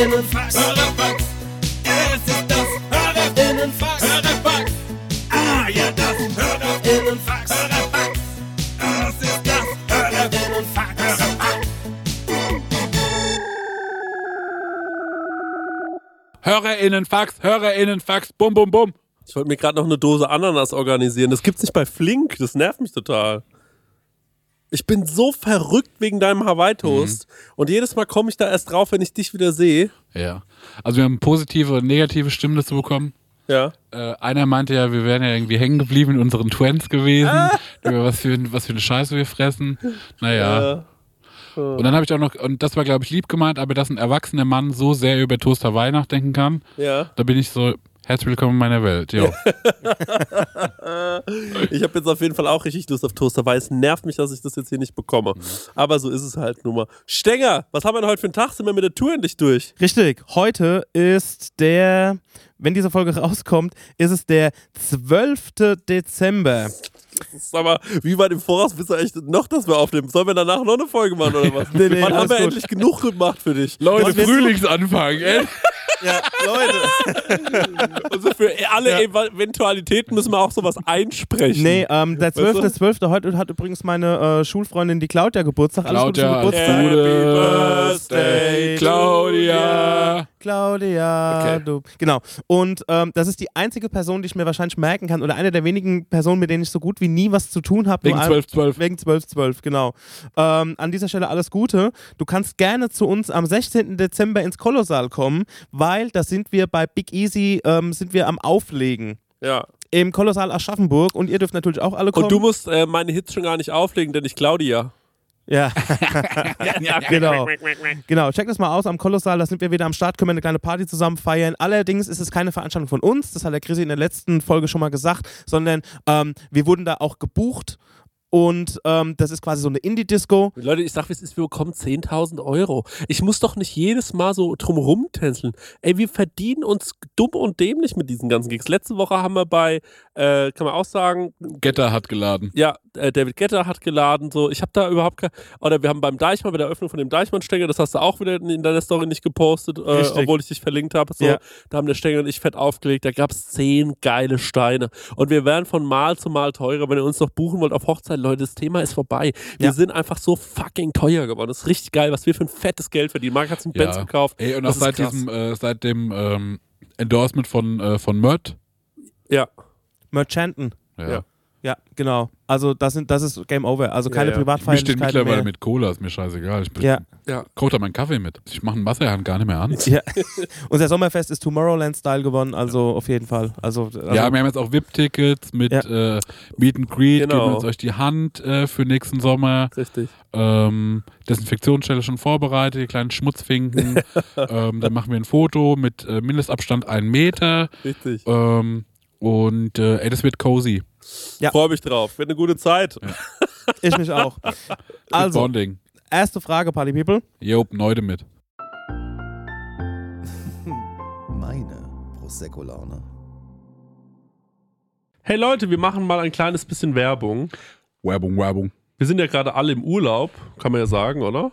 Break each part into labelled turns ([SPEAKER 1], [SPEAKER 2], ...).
[SPEAKER 1] Innenfax. Hörerfax. Es ist das Hörerinnenfax. Hörerfax. Ah, ja, das Hörerinnenfax. Hörerfax. Das ist das Hörerinnenfax. Hörerfax.
[SPEAKER 2] HörerInnen-Fax, HörerInnen-Fax, bum, bum, bum.
[SPEAKER 3] Ich wollte mir gerade noch eine Dose Ananas organisieren. Das gibt's nicht bei Flink. Das nervt mich total. Ich bin so verrückt wegen deinem Hawaii-Toast.
[SPEAKER 4] Mhm.
[SPEAKER 3] Und jedes Mal komme ich da erst drauf, wenn ich dich wieder sehe.
[SPEAKER 2] Ja. Also wir haben positive und negative Stimmen dazu bekommen.
[SPEAKER 3] Ja.
[SPEAKER 2] Äh, einer meinte ja, wir wären ja irgendwie hängen geblieben in unseren Twins gewesen, über was für, ein- was für eine Scheiße wir fressen. Naja.
[SPEAKER 4] Ah.
[SPEAKER 3] Äh,
[SPEAKER 2] Und dann habe ich auch noch, und das war, glaube ich, lieb gemeint, aber dass ein erwachsener Mann so sehr über Toast Hawaii nachdenken kann,
[SPEAKER 3] äh, ja.
[SPEAKER 2] da bin ich so, herzlich willkommen in meiner Welt. Jo.
[SPEAKER 3] Ich habe jetzt auf jeden Fall auch richtig Lust auf Toast Hawaii. Es nervt mich, dass ich das jetzt hier nicht bekomme.
[SPEAKER 4] Mhm.
[SPEAKER 3] Aber so ist es halt nun mal. Stenger, was haben wir denn heute für einen Tag? Sind wir mit der Tour endlich durch?
[SPEAKER 4] Richtig, heute ist der, wenn diese Folge rauskommt, ist es der 12. Dezember.
[SPEAKER 3] Sag mal, wie weit im Voraus bist du eigentlich noch, dass wir aufnehmen? Sollen wir danach noch eine Folge machen oder was?
[SPEAKER 4] Nee, nee,
[SPEAKER 3] Wann haben
[SPEAKER 4] alles
[SPEAKER 3] wir
[SPEAKER 4] gut.
[SPEAKER 3] endlich genug gemacht für dich?
[SPEAKER 2] Leute,
[SPEAKER 4] Was willst du?
[SPEAKER 2] Frühlingsanfang, ey.
[SPEAKER 4] Ja, Leute.
[SPEAKER 3] Also für alle Eventualitäten müssen wir auch sowas einsprechen.
[SPEAKER 4] Nee, ähm, der
[SPEAKER 3] Weißt du?
[SPEAKER 4] 12.12. heute hat übrigens meine äh, Schulfreundin, die Claudia Geburtstag. Alles Gute zum
[SPEAKER 2] Claudia,
[SPEAKER 4] Geburtstag.
[SPEAKER 3] Happy
[SPEAKER 4] birthday,
[SPEAKER 2] Claudia.
[SPEAKER 4] Claudia,
[SPEAKER 3] Okay.
[SPEAKER 4] du. Genau. Und ähm, das ist die einzige Person, die ich mir wahrscheinlich merken kann oder eine der wenigen Personen, mit denen ich so gut wie nie was zu tun habe.
[SPEAKER 2] Wegen 12.12.
[SPEAKER 4] Wegen 12, 12, genau. Ähm, an dieser Stelle alles Gute. Du kannst gerne zu uns am 16. Dezember ins Kolossal kommen, weil da sind wir bei Big Easy, ähm, sind wir am Auflegen
[SPEAKER 3] Ja.
[SPEAKER 4] im Kolossal Aschaffenburg und ihr dürft natürlich auch alle kommen.
[SPEAKER 3] Und du musst äh, meine Hits schon gar nicht auflegen, denn ich Claudia.
[SPEAKER 4] ja, genau. genau, check das mal aus am Kolossal, da sind wir wieder am Start, können wir eine kleine Party zusammen feiern. Allerdings ist es keine Veranstaltung von uns, das hat der Chrissy in der letzten Folge schon mal gesagt, sondern ähm, wir wurden da auch gebucht und ähm, das ist quasi so eine Indie-Disco.
[SPEAKER 3] Leute, ich sag, wie es ist, wir bekommen 10.000 Euro. Ich muss doch nicht jedes Mal so drum rumtänzeln. Ey, wir verdienen uns dumm und dämlich mit diesen ganzen Gigs. Letzte Woche haben wir bei, äh, kann man auch sagen,
[SPEAKER 2] Getter hat geladen.
[SPEAKER 3] ja, äh, David Getter hat geladen, so, ich habe da überhaupt keine, oder wir haben beim Deichmann, bei der Eröffnung von dem Deichmann-Stängel, das hast du auch wieder in in deiner Story nicht gepostet, äh,
[SPEAKER 4] Richtig.
[SPEAKER 3] obwohl ich dich verlinkt habe, so,
[SPEAKER 4] Ja.
[SPEAKER 3] da haben der Stängel und ich fett aufgelegt, da gab's zehn geile Steine und wir werden von Mal zu Mal teurer, wenn ihr uns noch buchen wollt auf Hochzeit, Leute, das Thema ist vorbei, wir
[SPEAKER 4] Ja.
[SPEAKER 3] sind einfach so fucking teuer geworden, das ist richtig geil, was wir für ein fettes Geld verdienen, Marc hat sich einen Benz gekauft,
[SPEAKER 2] Ey, und auch
[SPEAKER 3] Das ist
[SPEAKER 2] seit,
[SPEAKER 3] krass.
[SPEAKER 2] diesem, äh, seit dem ähm, Endorsement von, äh, von Mert.
[SPEAKER 3] ja,
[SPEAKER 4] Merchanten.
[SPEAKER 3] Ja.
[SPEAKER 4] Ja, genau. Also das, sind, das ist Game Over. Also keine
[SPEAKER 3] ja.
[SPEAKER 2] Mich steht
[SPEAKER 4] Privatfeierlichkeiten
[SPEAKER 2] mittlerweile
[SPEAKER 4] mehr.
[SPEAKER 2] mit Cola, ist mir scheißegal. Ich bin,
[SPEAKER 4] Ja.
[SPEAKER 3] ja.
[SPEAKER 2] koch da meinen Kaffee mit. Ich mache einen Wasserhahn gar nicht mehr an.
[SPEAKER 4] Ja. Unser Sommerfest ist Tomorrowland-Style geworden, also auf jeden Fall. Also, also
[SPEAKER 2] ja, wir haben jetzt auch VIP-Tickets mit äh, Meet and Greet,
[SPEAKER 3] Genau.
[SPEAKER 2] geben uns euch die Hand äh, für nächsten Sommer.
[SPEAKER 3] Richtig.
[SPEAKER 2] Ähm, Desinfektionsstelle schon vorbereitet, die kleinen Schmutzfinken. ähm, dann machen wir ein Foto mit äh, Mindestabstand 1 Meter.
[SPEAKER 3] Richtig.
[SPEAKER 2] Ähm, und äh, ey, das wird cozy.
[SPEAKER 4] Ja.
[SPEAKER 3] Freue mich drauf. Wird eine gute Zeit.
[SPEAKER 4] ich mich auch.
[SPEAKER 2] Also.
[SPEAKER 4] Also,
[SPEAKER 2] Bonding.
[SPEAKER 4] erste Frage, Party People.
[SPEAKER 2] Jope, neu damit.
[SPEAKER 5] Meine Prosecco-Laune.
[SPEAKER 3] Hey Leute, wir machen mal ein kleines bisschen Werbung.
[SPEAKER 2] Werbung, Werbung.
[SPEAKER 3] Wir sind ja gerade alle im Urlaub, kann man ja sagen, oder?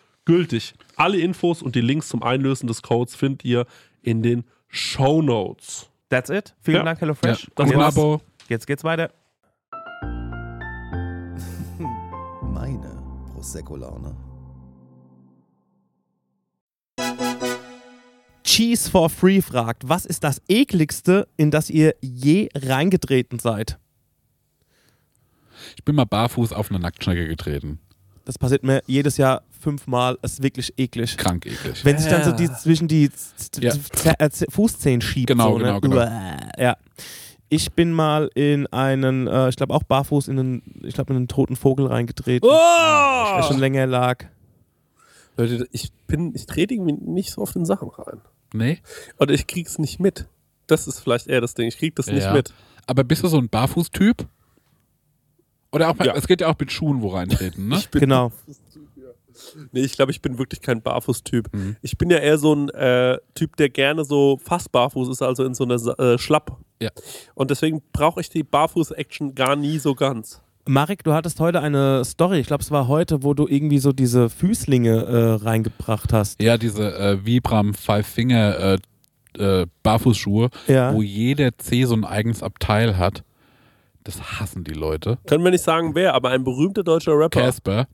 [SPEAKER 3] gültig. Alle Infos und die Links zum Einlösen des Codes findet ihr in den Show Notes.
[SPEAKER 4] That's it. Vielen
[SPEAKER 3] Ja.
[SPEAKER 4] Dank, HelloFresh.
[SPEAKER 2] Das
[SPEAKER 4] Und
[SPEAKER 2] war
[SPEAKER 4] jetzt,
[SPEAKER 2] Abo.
[SPEAKER 4] jetzt geht's weiter.
[SPEAKER 5] Meine Prosecco-Laune.
[SPEAKER 4] Cheese for Free fragt, was ist das ekligste, in das ihr je reingetreten seid?
[SPEAKER 2] Ich bin mal barfuß auf eine Nacktschnecke getreten.
[SPEAKER 4] Das passiert mir jedes Jahr fünfmal. Das ist wirklich eklig.
[SPEAKER 2] Krank eklig.
[SPEAKER 4] Wenn sich dann so die zwischen die Z-
[SPEAKER 2] Ja.
[SPEAKER 4] Z- äh, Z- Fußzehen schiebt.
[SPEAKER 2] Genau,
[SPEAKER 4] so, ne?
[SPEAKER 2] genau, genau.
[SPEAKER 4] Uah, Ja. Ich bin mal in einen, äh, ich glaube auch barfuß in einen, ich glaube in einen toten Vogel reingetreten, der schon länger lag.
[SPEAKER 3] Oh! Leute, ich bin, ich trete irgendwie nicht so oft in Sachen rein.
[SPEAKER 2] Nee?
[SPEAKER 3] Oder ich krieg's nicht mit. Das ist vielleicht eher das Ding. Ich krieg das nicht
[SPEAKER 2] Ja.
[SPEAKER 3] mit.
[SPEAKER 2] Aber bist du so ein Barfuß-Typ? Oder auch, mal-
[SPEAKER 3] Ja.
[SPEAKER 2] es geht ja auch mit Schuhen wo reintreten, ne?
[SPEAKER 3] bin
[SPEAKER 4] Genau.
[SPEAKER 3] Nee, ich glaube, ich bin wirklich kein Barfuß-Typ.
[SPEAKER 4] Mhm.
[SPEAKER 3] Ich bin ja eher so ein äh, Typ, der gerne so fast barfuß ist, also in so einer Sa- äh, Schlapp.
[SPEAKER 2] Ja.
[SPEAKER 3] Und deswegen brauche ich die Barfuß-Action gar nie so ganz.
[SPEAKER 4] Marek, du hattest heute eine Story, ich glaube es war heute, wo du irgendwie so diese Füßlinge äh, reingebracht hast.
[SPEAKER 2] Ja, diese äh, Vibram Five Finger äh, äh, Barfußschuhe,
[SPEAKER 4] Ja.
[SPEAKER 2] wo jeder Zeh so ein eigenes Abteil hat. Das hassen die Leute.
[SPEAKER 3] Können wir nicht sagen, wer, aber ein berühmter deutscher Rapper.
[SPEAKER 2] Casper.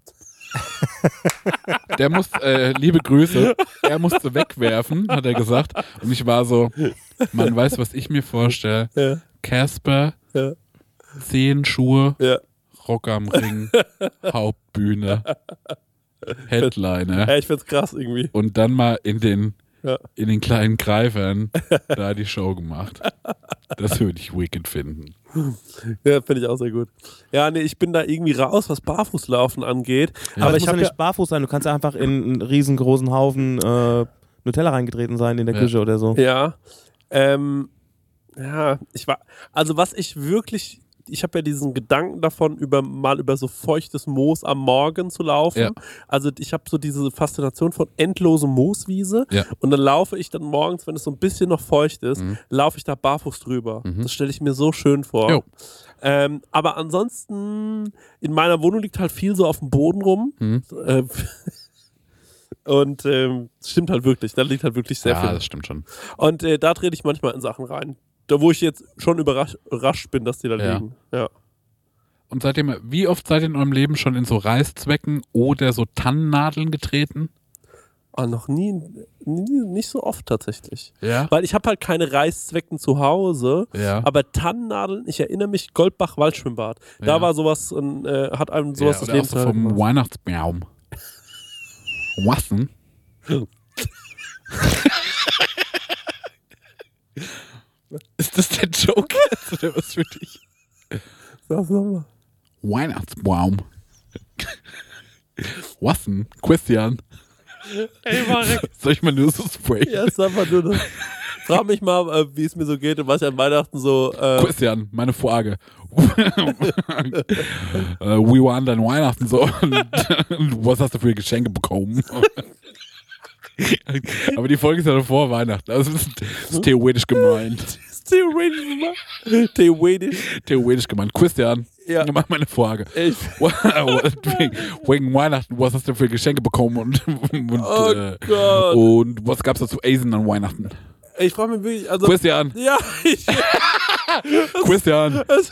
[SPEAKER 2] Der muss, äh, liebe Grüße, er musste wegwerfen, hat er gesagt. Und ich war so, man weiß, was ich mir vorstelle.
[SPEAKER 3] Ja.
[SPEAKER 2] Casper,
[SPEAKER 3] Ja.
[SPEAKER 2] zehn Schuhe,
[SPEAKER 3] Ja.
[SPEAKER 2] Rock am Ring, Hauptbühne, Headliner.
[SPEAKER 3] ja, ich find's krass irgendwie.
[SPEAKER 2] Und dann mal in den,
[SPEAKER 3] Ja.
[SPEAKER 2] in den kleinen Greifern da die Show gemacht. Das würde ich wicked finden.
[SPEAKER 3] Ja, finde ich auch sehr gut. Ja, nee, ich bin da irgendwie raus, was Barfußlaufen angeht.
[SPEAKER 4] Aber
[SPEAKER 3] Aber
[SPEAKER 4] das
[SPEAKER 3] ich
[SPEAKER 4] muss ja
[SPEAKER 3] habe ja,
[SPEAKER 4] nicht barfuß sein, du kannst ja einfach in einen riesengroßen Haufen äh, Nutella reingetreten sein in der
[SPEAKER 2] Ja.
[SPEAKER 4] Küche oder so.
[SPEAKER 3] Ja. Ähm, ja, ich war. Also, was ich wirklich. Ich habe ja diesen Gedanken davon, über, mal über so feuchtes Moos am Morgen zu laufen.
[SPEAKER 2] Ja.
[SPEAKER 3] Also ich habe so diese Faszination von endlose Mooswiese.
[SPEAKER 2] Ja.
[SPEAKER 3] Und dann laufe ich dann morgens, wenn es so ein bisschen noch feucht ist, laufe ich da barfuß drüber.
[SPEAKER 2] Mhm.
[SPEAKER 3] Das stelle ich mir so schön vor.
[SPEAKER 2] Jo.
[SPEAKER 3] Ähm, aber ansonsten, in meiner Wohnung liegt halt viel so auf dem Boden rum.
[SPEAKER 2] Mhm.
[SPEAKER 3] Ähm, und ähm, stimmt halt wirklich, da liegt halt wirklich sehr
[SPEAKER 2] ja,
[SPEAKER 3] viel.
[SPEAKER 2] das stimmt schon.
[SPEAKER 3] Und äh, da trete ich manchmal in Sachen rein. Da, wo ich jetzt schon überrasch- überrascht bin, dass die da
[SPEAKER 2] Ja.
[SPEAKER 3] liegen. Ja.
[SPEAKER 2] Und seitdem, wie oft seid ihr in eurem Leben schon in so Reißzwecken oder so Tannennadeln getreten?
[SPEAKER 3] Ah, noch nie, nie, nicht so oft tatsächlich.
[SPEAKER 2] Ja.
[SPEAKER 3] Weil ich habe halt keine Reißzwecken zu Hause.
[SPEAKER 2] Ja.
[SPEAKER 3] Aber Tannennadeln, ich erinnere mich, Goldbach Waldschwimmbad. Da
[SPEAKER 2] Ja.
[SPEAKER 3] war sowas, ein, äh, hat einem
[SPEAKER 2] Ja,
[SPEAKER 3] sowas das
[SPEAKER 2] oder auch
[SPEAKER 3] Leben
[SPEAKER 2] so vom
[SPEAKER 3] gemacht.
[SPEAKER 2] Weihnachtsbaum. Was denn? Ist das der Joke? jetzt, Oder was für dich?
[SPEAKER 3] Sag's nochmal.
[SPEAKER 2] Weihnachtsbaum. Was denn? Christian.
[SPEAKER 3] Ey, Marek.
[SPEAKER 2] Soll ich mal nur so sprayen?
[SPEAKER 3] ja, sag mal nur das. Frag mich mal, äh, wie es mir so geht und was ich an Weihnachten so. Äh,
[SPEAKER 2] Christian, meine Frage. äh, wie waren dein Weihnachten so? Und was hast du für Geschenke bekommen? Aber die Folge ist ja noch vor Weihnachten. Also das ist, das
[SPEAKER 3] Hm?
[SPEAKER 2] ist theoretisch gemeint.
[SPEAKER 3] theoretisch. theoretisch.
[SPEAKER 2] Theoretisch gemeint. Christian,
[SPEAKER 3] Ja. Äh.
[SPEAKER 2] mach meine Frage.
[SPEAKER 3] Ich-
[SPEAKER 2] wegen, wegen Weihnachten, was hast du für Geschenke bekommen? Und, und,
[SPEAKER 3] Oh
[SPEAKER 2] äh,
[SPEAKER 3] Gott.
[SPEAKER 2] und was gab's da zu Asen an Weihnachten?
[SPEAKER 3] Ich frage mich wirklich, also.
[SPEAKER 2] Christian,
[SPEAKER 3] Ja, ich.
[SPEAKER 2] Christian,
[SPEAKER 3] Also,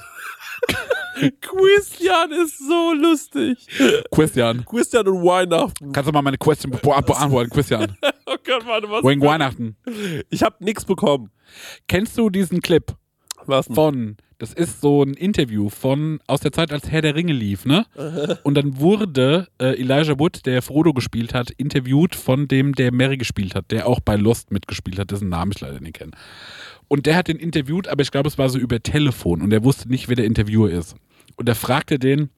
[SPEAKER 3] Christian ist so lustig.
[SPEAKER 2] Christian.
[SPEAKER 3] Christian und Weihnachten.
[SPEAKER 2] Kannst du mal meine Question be beantworten, Christian?
[SPEAKER 3] Oh Gott, warte, was?
[SPEAKER 2] Wegen Weihnachten.
[SPEAKER 3] Ich habe nichts bekommen.
[SPEAKER 2] Kennst du diesen Clip
[SPEAKER 3] Was? denn?
[SPEAKER 2] von, das ist so ein Interview von, aus der Zeit, als Herr der Ringe lief, ne? Und dann wurde äh, Elijah Wood, der Frodo gespielt hat, interviewt von dem, der Mary gespielt hat, der auch bei Lost mitgespielt hat, dessen Namen ich leider nicht kenne. Und der hat den interviewt, aber ich glaube, es war so über Telefon und er wusste nicht, wer der Interviewer ist. Und er fragte den,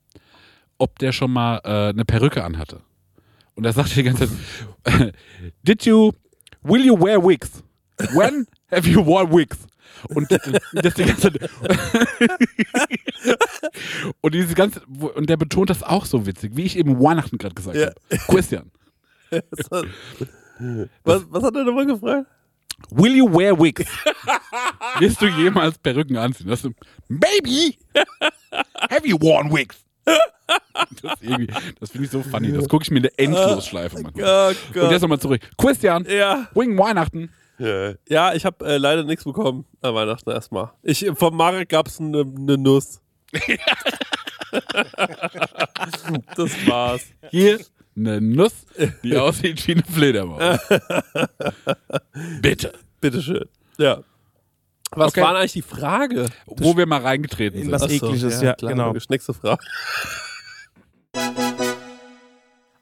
[SPEAKER 2] ob der schon mal äh, eine Perücke anhatte. Und er sagte die ganze Zeit, did you, will you wear wigs? When have you worn wigs? Und das die ganze Zeit. und diese ganze und der betont das auch so witzig, wie ich eben Weihnachten gerade gesagt
[SPEAKER 3] Ja.
[SPEAKER 2] habe. Christian,
[SPEAKER 3] Was, was hat er nochmal gefragt?
[SPEAKER 2] will you wear wigs? Wirst du jemals Perücken anziehen? Das ist, Maybe. Have you worn wigs? Das, ist irgendwie- das finde ich so funny. Das gucke ich mir in der Endlosschleife mal. an.
[SPEAKER 3] Oh
[SPEAKER 2] Und
[SPEAKER 3] Gott.
[SPEAKER 2] jetzt nochmal zurück. Christian,
[SPEAKER 3] Ja.
[SPEAKER 2] wegen Weihnachten.
[SPEAKER 3] Ja, ich habe äh, leider nichts bekommen an Weihnachten erstmal. Ich, von Marek gab es eine ne Nuss. das war's.
[SPEAKER 2] Hier eine Nuss, die aussieht wie eine Fledermaus. Bitte.
[SPEAKER 3] Bitteschön. Ja. Was
[SPEAKER 2] Okay.
[SPEAKER 3] war denn eigentlich die Frage?
[SPEAKER 2] Wo wir mal reingetreten
[SPEAKER 4] In
[SPEAKER 2] sind.
[SPEAKER 4] was
[SPEAKER 3] Ach so,
[SPEAKER 4] Ekliges, ja,
[SPEAKER 3] klar,
[SPEAKER 4] genau.
[SPEAKER 3] logisch. Nächste Frage.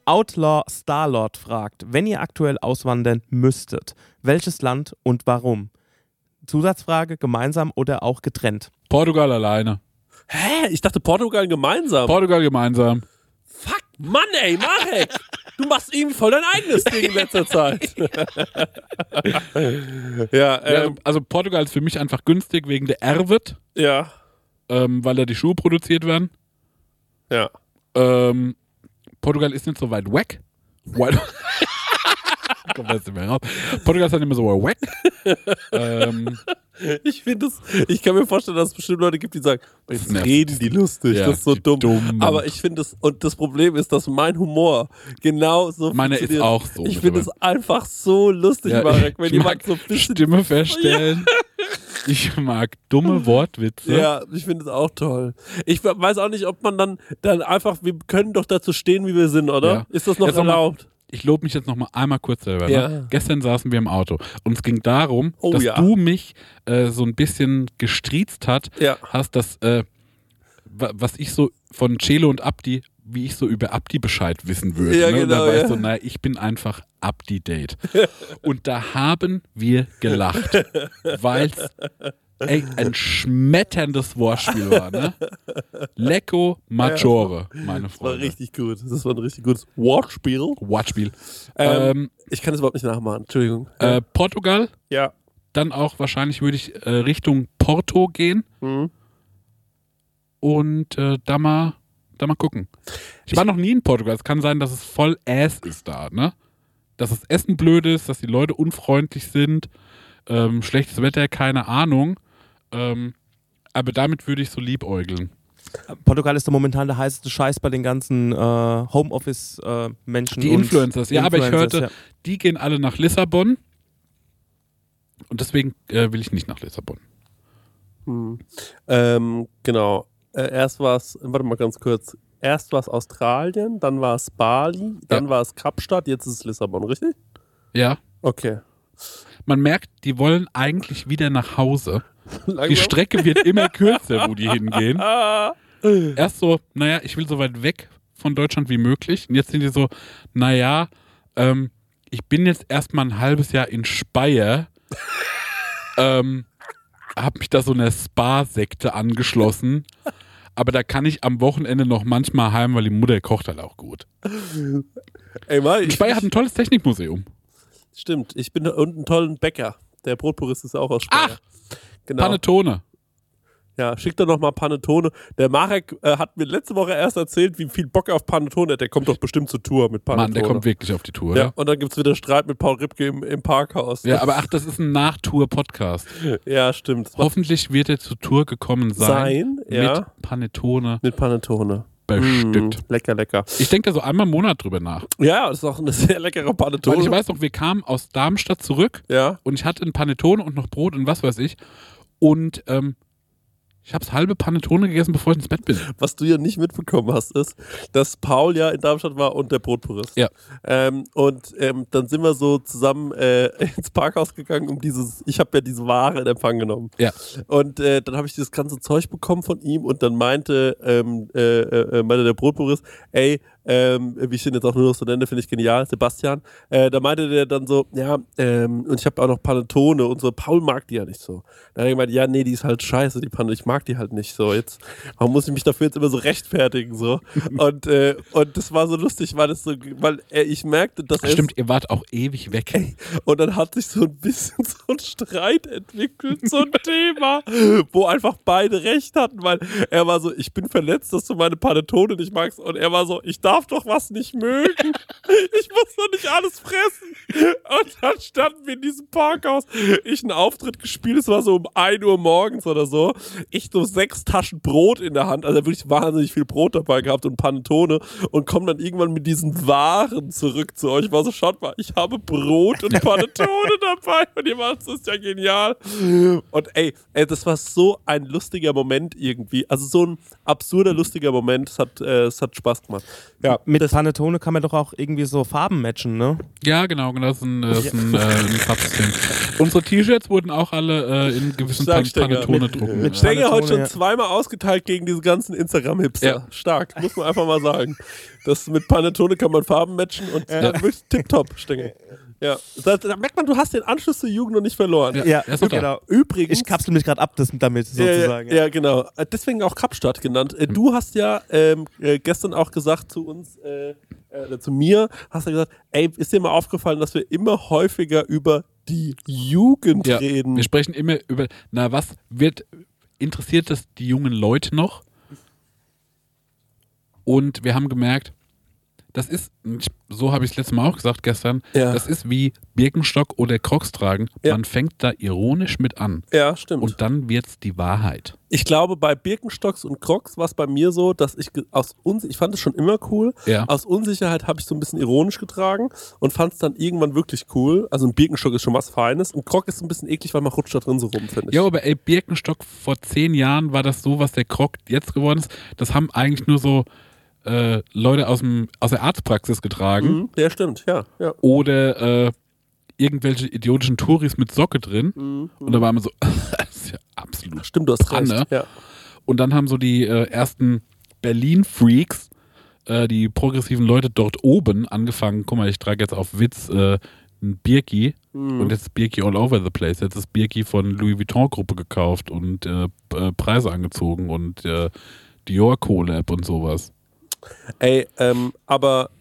[SPEAKER 4] Outlaw Starlord fragt, wenn ihr aktuell auswandern müsstet, welches Land und warum? Zusatzfrage, gemeinsam oder auch getrennt?
[SPEAKER 2] Portugal alleine.
[SPEAKER 3] Hä? Ich dachte Portugal gemeinsam.
[SPEAKER 2] Portugal gemeinsam.
[SPEAKER 3] Fuck, Mann, ey, Marek! du machst irgendwie voll dein eigenes Ding in letzter Zeit. ja,
[SPEAKER 2] Ja, also,
[SPEAKER 3] ähm,
[SPEAKER 2] also Portugal ist für mich einfach günstig wegen der Erwit,
[SPEAKER 3] ja,
[SPEAKER 2] ähm, weil da die Schuhe produziert werden.
[SPEAKER 3] ja.
[SPEAKER 2] Ähm, Portugal ist nicht so weit weg. Weit Kommt jetzt nicht mehr raus. Portugal ist dann immer so weit weg. ähm,
[SPEAKER 3] Ich finde es, ich kann mir vorstellen, dass es bestimmt Leute gibt, die sagen, jetzt
[SPEAKER 2] nervt.
[SPEAKER 3] reden die lustig,
[SPEAKER 2] Ja,
[SPEAKER 3] das ist so
[SPEAKER 2] die
[SPEAKER 3] dumm.
[SPEAKER 2] Dummen.
[SPEAKER 3] Aber ich finde es, und das Problem ist, dass mein Humor genau so
[SPEAKER 2] Meiner ist
[SPEAKER 3] funktioniert.
[SPEAKER 2] auch so
[SPEAKER 3] Ich finde es
[SPEAKER 2] mittlerweile.
[SPEAKER 3] einfach so lustig,
[SPEAKER 2] ja,
[SPEAKER 3] Marek, wenn
[SPEAKER 2] ich
[SPEAKER 3] jemand
[SPEAKER 2] mag
[SPEAKER 3] so ein bisschen...
[SPEAKER 2] Stimme verstellen. Ich mag dumme Wortwitze.
[SPEAKER 3] Ja, ich finde es auch toll. Ich we- weiß auch nicht, ob man dann, dann einfach, wir können doch dazu stehen, wie wir sind, oder?
[SPEAKER 2] Ja.
[SPEAKER 3] Ist das noch
[SPEAKER 2] Jetzt noch mal-
[SPEAKER 3] erlaubt?
[SPEAKER 2] ich lobe mich jetzt noch mal einmal kurz selber.
[SPEAKER 3] Ja.
[SPEAKER 2] Ne? Gestern saßen wir im Auto und es ging darum,
[SPEAKER 3] Oh
[SPEAKER 2] dass
[SPEAKER 3] ja.
[SPEAKER 2] du mich äh, so ein bisschen gestriezt hat,
[SPEAKER 3] Ja.
[SPEAKER 2] hast, dass äh, wa- was ich so von Celo und Abdi, wie ich so über Abdi Bescheid wissen würde.
[SPEAKER 3] Ja,
[SPEAKER 2] ne? und da
[SPEAKER 3] genau,
[SPEAKER 2] war
[SPEAKER 3] ja.
[SPEAKER 2] ich so, naja, ich bin einfach Abdi-Date. und da haben wir gelacht, weil es ey, ein schmetterndes Wortspiel war. Ne? Lecco Maggiore, meine
[SPEAKER 3] Das war
[SPEAKER 2] Freunde.
[SPEAKER 3] richtig gut. Das war ein richtig gutes Wortspiel.
[SPEAKER 2] Wortspiel.
[SPEAKER 3] Ähm,
[SPEAKER 2] Ähm,
[SPEAKER 3] ich kann es überhaupt nicht nachmachen. Entschuldigung.
[SPEAKER 2] äh, Portugal
[SPEAKER 3] ja.
[SPEAKER 2] Dann auch wahrscheinlich würde ich äh, Richtung Porto gehen
[SPEAKER 3] Mhm.
[SPEAKER 2] und äh, da, mal, da mal gucken. Ich, war noch nie in Portugal. Es kann sein, dass es voll Ass ist da, ne? Dass das Essen blöd ist, dass die Leute unfreundlich sind, ähm, schlechtes Wetter, keine Ahnung. Ähm, aber damit würde ich so liebäugeln.
[SPEAKER 4] Portugal ist doch momentan der heißeste Scheiß bei den ganzen äh, Homeoffice-Menschen.
[SPEAKER 2] Die
[SPEAKER 4] und
[SPEAKER 2] Influencers, ja, aber ich
[SPEAKER 4] Influencers,
[SPEAKER 2] hörte,
[SPEAKER 4] ja.
[SPEAKER 2] die gehen alle nach Lissabon. Und deswegen äh, will ich nicht nach Lissabon.
[SPEAKER 3] hm. Ähm, genau. Äh, erst war es, warte mal ganz kurz. Erst war es Australien, dann war es Bali, dann
[SPEAKER 2] Ja.
[SPEAKER 3] war es Kapstadt, jetzt ist es Lissabon, richtig?
[SPEAKER 2] Ja.
[SPEAKER 3] Okay.
[SPEAKER 2] Man merkt, die wollen eigentlich wieder nach Hause. Die
[SPEAKER 3] Langsam.
[SPEAKER 2] Strecke wird immer kürzer, wo die hingehen. Erst so, naja, ich will so weit weg von Deutschland wie möglich. Und jetzt sind die so, naja, ähm, ich bin jetzt erstmal ein halbes Jahr in Speyer. ähm, hab mich da so einer Spa-Sekte angeschlossen. Aber da kann ich am Wochenende noch manchmal heim, weil die Mutter kocht halt auch gut.
[SPEAKER 3] Ey, mal, ich,
[SPEAKER 2] Speyer hat ein tolles Technikmuseum.
[SPEAKER 3] stimmt, ich bin und einen tollen Bäcker. Der Brotpurist ist auch aus Speyer.
[SPEAKER 2] Ach!
[SPEAKER 3] genau.
[SPEAKER 2] Panettone.
[SPEAKER 3] Ja, schick doch nochmal Panettone. Der Marek äh, hat mir letzte Woche erst erzählt, wie viel Bock er auf Panettone hat. Der kommt doch bestimmt zur Tour mit Panettone.
[SPEAKER 2] Mann, der kommt wirklich auf die Tour.
[SPEAKER 3] Ja,
[SPEAKER 2] oder?
[SPEAKER 3] und dann gibt's wieder Streit mit Paul Ripke im, im Parkhaus.
[SPEAKER 2] Ja, aber ach, das ist ein Nachtour-Podcast.
[SPEAKER 3] ja stimmt.
[SPEAKER 2] Hoffentlich wird er zur Tour gekommen sein.
[SPEAKER 3] Sein, ja.
[SPEAKER 2] Mit Panettone
[SPEAKER 3] Mit Panettone.
[SPEAKER 2] bestückt.
[SPEAKER 3] Mm, lecker, lecker.
[SPEAKER 2] Ich denke da so einmal im Monat drüber nach.
[SPEAKER 3] Ja, das ist auch eine sehr leckere
[SPEAKER 2] Weil ich
[SPEAKER 3] Panettone.
[SPEAKER 2] weiß noch, wir kamen aus Darmstadt zurück
[SPEAKER 3] Ja,
[SPEAKER 2] und ich hatte ein Panettone und noch Brot und was weiß ich. Und ähm, ich habe halbe Panettone gegessen, bevor ich ins Bett bin.
[SPEAKER 3] was du ja nicht mitbekommen hast, ist, dass Paul ja in Darmstadt war und der Brotpurist.
[SPEAKER 2] Ja.
[SPEAKER 3] Ähm, und ähm, dann sind wir so zusammen äh, ins Parkhaus gegangen, um dieses, ich habe ja diese Ware in Empfang genommen.
[SPEAKER 2] Ja.
[SPEAKER 3] Und äh, dann habe ich dieses ganze Zeug bekommen von ihm und dann meinte, ähm, äh, äh, meinte der Brotpurist, ey, ähm, wie ich ihn jetzt auch nur noch so nenne, finde ich genial, Sebastian. Äh, da meinte der dann so, ja, ähm, und ich habe auch noch Panettone und so, Paul mag die ja nicht so. Dann hat er gemeint, ja, nee, die ist halt scheiße, die Panettone, ich mag die halt nicht so. Jetzt, warum muss ich mich dafür jetzt immer so rechtfertigen? so Und, äh, und das war so lustig, weil, das so, weil äh, ich merkte, dass er
[SPEAKER 2] Stimmt, ihr wart auch ewig weg.
[SPEAKER 3] und dann hat sich so ein bisschen so ein Streit entwickelt, so ein Thema, wo einfach beide recht hatten, weil er war so, ich bin verletzt, dass du meine Panettone nicht magst. Und er war so, ich darf doch was nicht mögen. Ich muss doch nicht alles fressen. Und dann standen wir in diesem Parkhaus. Ich einen Auftritt gespielt, es war so um 1 Uhr morgens oder so. Ich so sechs Taschen Brot in der Hand, also wirklich wahnsinnig viel Brot dabei gehabt und Panettone und komme dann irgendwann mit diesen Waren zurück zu euch. Ich war so, schaut mal, ich habe Brot und Panettone dabei und ihr macht das ist ja genial. Und ey, ey, das war so ein lustiger Moment irgendwie. Also so ein absurder, lustiger Moment. Es hat, äh, es hat Spaß gemacht. Ja,
[SPEAKER 4] Mit Panettone kann man doch auch irgendwie so Farben matchen, ne?
[SPEAKER 2] Ja, genau, genau. Das ist ein, das ist ein, äh, ein Farbsystem. Unsere T-Shirts wurden auch alle äh, in gewissen Pan
[SPEAKER 3] Schlagstecker.
[SPEAKER 2] Panettone-Drucken.
[SPEAKER 4] mit
[SPEAKER 2] äh,
[SPEAKER 4] Steck-
[SPEAKER 3] Stenge heute schon
[SPEAKER 4] ja.
[SPEAKER 3] zweimal ausgeteilt gegen diese ganzen Instagram-Hipster.
[SPEAKER 2] Ja.
[SPEAKER 3] Stark, muss man einfach mal sagen. Das mit Panettone kann man Farben matchen und dann wirklich tipptopp, Stenge. Ja, da, da merkt man, du hast den Anschluss zur Jugend noch nicht verloren.
[SPEAKER 2] Ja, er ist doch da.
[SPEAKER 3] Übrigens.
[SPEAKER 4] Genau. Ich kapsel mich gerade ab das, damit sozusagen.
[SPEAKER 3] Ja, ja, genau. Äh, Deswegen auch Kapstadt genannt.
[SPEAKER 2] Hm.
[SPEAKER 3] Äh, Du hast ja ähm, äh, gestern auch gesagt zu uns, äh, äh, oder zu mir, hast du gesagt, ey, ist dir mal aufgefallen, dass wir immer häufiger über die Jugend
[SPEAKER 2] Ja,
[SPEAKER 3] reden?
[SPEAKER 2] wir sprechen immer über, na was wird, interessiert das die jungen Leute noch? Und wir haben gemerkt, das ist, ich- so habe ich es letztes Mal auch gesagt gestern,
[SPEAKER 3] Ja.
[SPEAKER 2] das ist wie Birkenstock oder Crocs tragen.
[SPEAKER 3] Ja.
[SPEAKER 2] Man fängt da ironisch mit an
[SPEAKER 3] Ja, stimmt.
[SPEAKER 2] und dann wird's die Wahrheit.
[SPEAKER 3] Ich glaube, bei Birkenstocks und Crocs war es bei mir so, dass ich ge- aus Uns ich fand es schon immer cool.
[SPEAKER 2] Ja.
[SPEAKER 3] Aus Unsicherheit habe ich so ein bisschen ironisch getragen und fand es dann irgendwann wirklich cool. Also ein Birkenstock ist schon was Feines. Ein Croc ist ein bisschen eklig, weil man rutscht da drin so rum, finde ich.
[SPEAKER 2] Ja, aber ey, Birkenstock vor zehn Jahren war das so, was der Croc jetzt geworden ist. Das haben eigentlich nur so äh, Leute aus, dem, aus der Arztpraxis getragen.
[SPEAKER 3] Mhm, ja, stimmt. Ja, ja.
[SPEAKER 2] oder äh, irgendwelche idiotischen Touris mit Socke drin. Und da war man so, das ist ja absolut.
[SPEAKER 3] Stimmt, du hast
[SPEAKER 2] Panne.
[SPEAKER 3] recht. Ja.
[SPEAKER 2] Und dann haben so die äh, ersten Berlin-Freaks, äh, die progressiven Leute dort oben angefangen. Guck mal, ich trage jetzt auf Witz äh, ein Birki. Und jetzt ist Birki all over the place. Jetzt ist Birki von Louis Vuitton-Gruppe gekauft und äh, äh, Preise angezogen und äh, Dior Collab und sowas.
[SPEAKER 3] Ey, ähm, aber,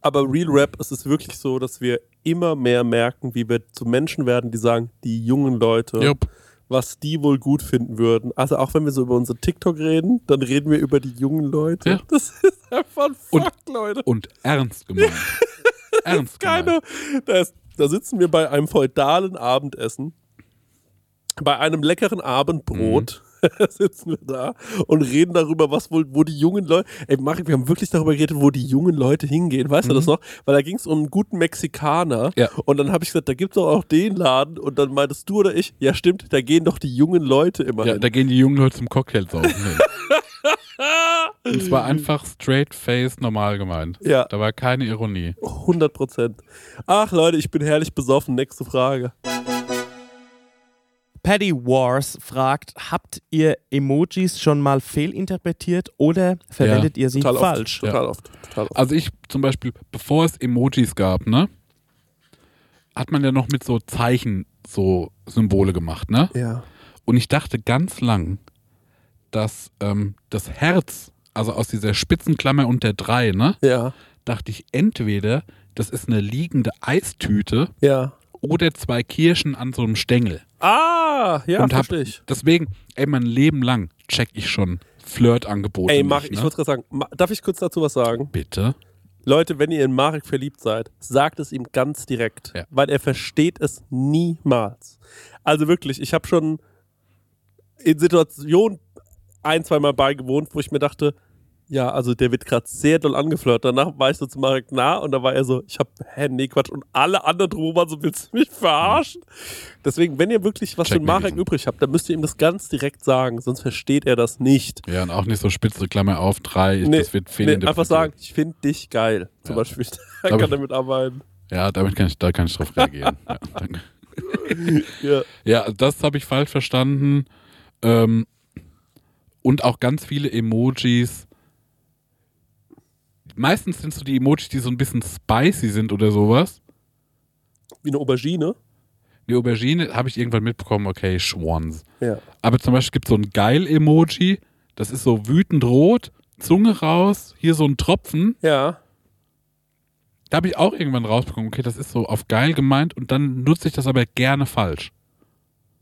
[SPEAKER 3] aber Real Rap, es ist wirklich so, dass wir immer mehr merken, wie wir zu Menschen werden, die sagen, die jungen Leute.
[SPEAKER 2] Jupp.
[SPEAKER 3] was die wohl gut finden würden. Also auch wenn wir so über unsere TikTok reden, dann reden wir über die jungen Leute.
[SPEAKER 2] Ja.
[SPEAKER 3] Das ist einfach ein
[SPEAKER 2] Und-
[SPEAKER 3] Fakt, Leute.
[SPEAKER 2] Und ernst gemeint. ernst gemeint.
[SPEAKER 3] Keine, da, ist, da sitzen wir bei einem feudalen Abendessen, bei einem leckeren
[SPEAKER 2] Mhm.
[SPEAKER 3] Abendbrot. sitzen wir da und reden darüber, was wohl, wo die jungen Leute, ey, Marek, wir haben wirklich darüber geredet, wo die jungen Leute hingehen, weißt du das noch? Weil da ging es um einen guten Mexikaner
[SPEAKER 2] Mhm. Ja.
[SPEAKER 3] und dann habe ich gesagt, da gibt es doch auch den Laden und dann meintest du oder ich, ja stimmt, da gehen doch die jungen Leute immer
[SPEAKER 2] Ja,
[SPEAKER 3] hin.
[SPEAKER 2] da gehen die jungen Leute zum Cocktail saufen hin. Es war einfach straight face normal gemeint.
[SPEAKER 3] Ja.
[SPEAKER 2] Da war keine Ironie.
[SPEAKER 3] 100 Prozent. Ach Leute, ich bin herrlich besoffen. Nächste Frage.
[SPEAKER 6] Paddy Wars fragt, habt ihr Emojis schon mal fehlinterpretiert oder verwendet ihr sie
[SPEAKER 3] Total
[SPEAKER 6] falsch?
[SPEAKER 3] oft. Total oft. Total oft.
[SPEAKER 2] Also ich zum Beispiel, bevor es Emojis gab, ne, hat man ja noch mit so Zeichen so Symbole gemacht, ne?
[SPEAKER 3] Ja.
[SPEAKER 2] Und ich dachte ganz lang, dass ähm, das Herz, also aus dieser Spitzenklammer und der 3, ne,
[SPEAKER 3] Ja.
[SPEAKER 2] dachte ich entweder, das ist eine liegende Eistüte
[SPEAKER 3] Ja.
[SPEAKER 2] oder zwei Kirschen an so einem Stängel.
[SPEAKER 3] Ah, ja,
[SPEAKER 2] und hab,
[SPEAKER 3] verstehe ich.
[SPEAKER 2] deswegen, ey, mein Leben lang check ich schon Flirtangebote.
[SPEAKER 3] Ey, Marek,
[SPEAKER 2] nicht,
[SPEAKER 3] ich
[SPEAKER 2] ne?
[SPEAKER 3] wollte gerade sagen, Ma- darf ich kurz dazu was sagen?
[SPEAKER 2] Bitte?
[SPEAKER 3] Leute, wenn ihr in Marek verliebt seid, sagt es ihm ganz direkt,
[SPEAKER 2] Ja.
[SPEAKER 3] weil er versteht es niemals. Also wirklich, ich habe schon in Situationen ein, zweimal beigewohnt, wo ich mir dachte, ja, also der wird gerade sehr doll angeflirtet. Danach war ich so zu Marek nah und da war er so, ich hab, hä, nee, Quatsch. Und alle anderen drumherum waren so, willst du mich verarschen? Deswegen, wenn ihr wirklich was
[SPEAKER 2] Check
[SPEAKER 3] für
[SPEAKER 2] mir
[SPEAKER 3] Marek
[SPEAKER 2] diesen.
[SPEAKER 3] übrig habt, dann müsst ihr ihm das ganz direkt sagen, sonst versteht er das nicht.
[SPEAKER 2] Ja, und auch nicht so spitze Klammer auf, drei,
[SPEAKER 3] Nee,
[SPEAKER 2] das wird
[SPEAKER 3] Nee,
[SPEAKER 2] fehlende.
[SPEAKER 3] einfach sagen, ich finde dich geil. Zum
[SPEAKER 2] Ja.
[SPEAKER 3] Beispiel, da
[SPEAKER 2] Glaub
[SPEAKER 3] kann
[SPEAKER 2] ich-
[SPEAKER 3] damit arbeiten.
[SPEAKER 2] Ja, damit kann ich, da kann ich drauf reagieren. ja, danke.
[SPEAKER 3] Ja.
[SPEAKER 2] Ja, das habe ich falsch verstanden. Ähm, und auch ganz viele Emojis. Meistens sind so die Emojis, die so ein bisschen spicy sind oder sowas.
[SPEAKER 3] Wie eine Aubergine.
[SPEAKER 2] Die Aubergine habe ich irgendwann mitbekommen, okay, Schwanz.
[SPEAKER 3] Ja.
[SPEAKER 2] Aber zum Beispiel gibt es so ein Geil-Emoji, das ist so wütend rot, Zunge raus, hier so ein Tropfen.
[SPEAKER 3] Ja.
[SPEAKER 2] Da habe ich auch irgendwann rausbekommen, okay, das ist so auf geil gemeint und dann nutze ich das aber gerne falsch.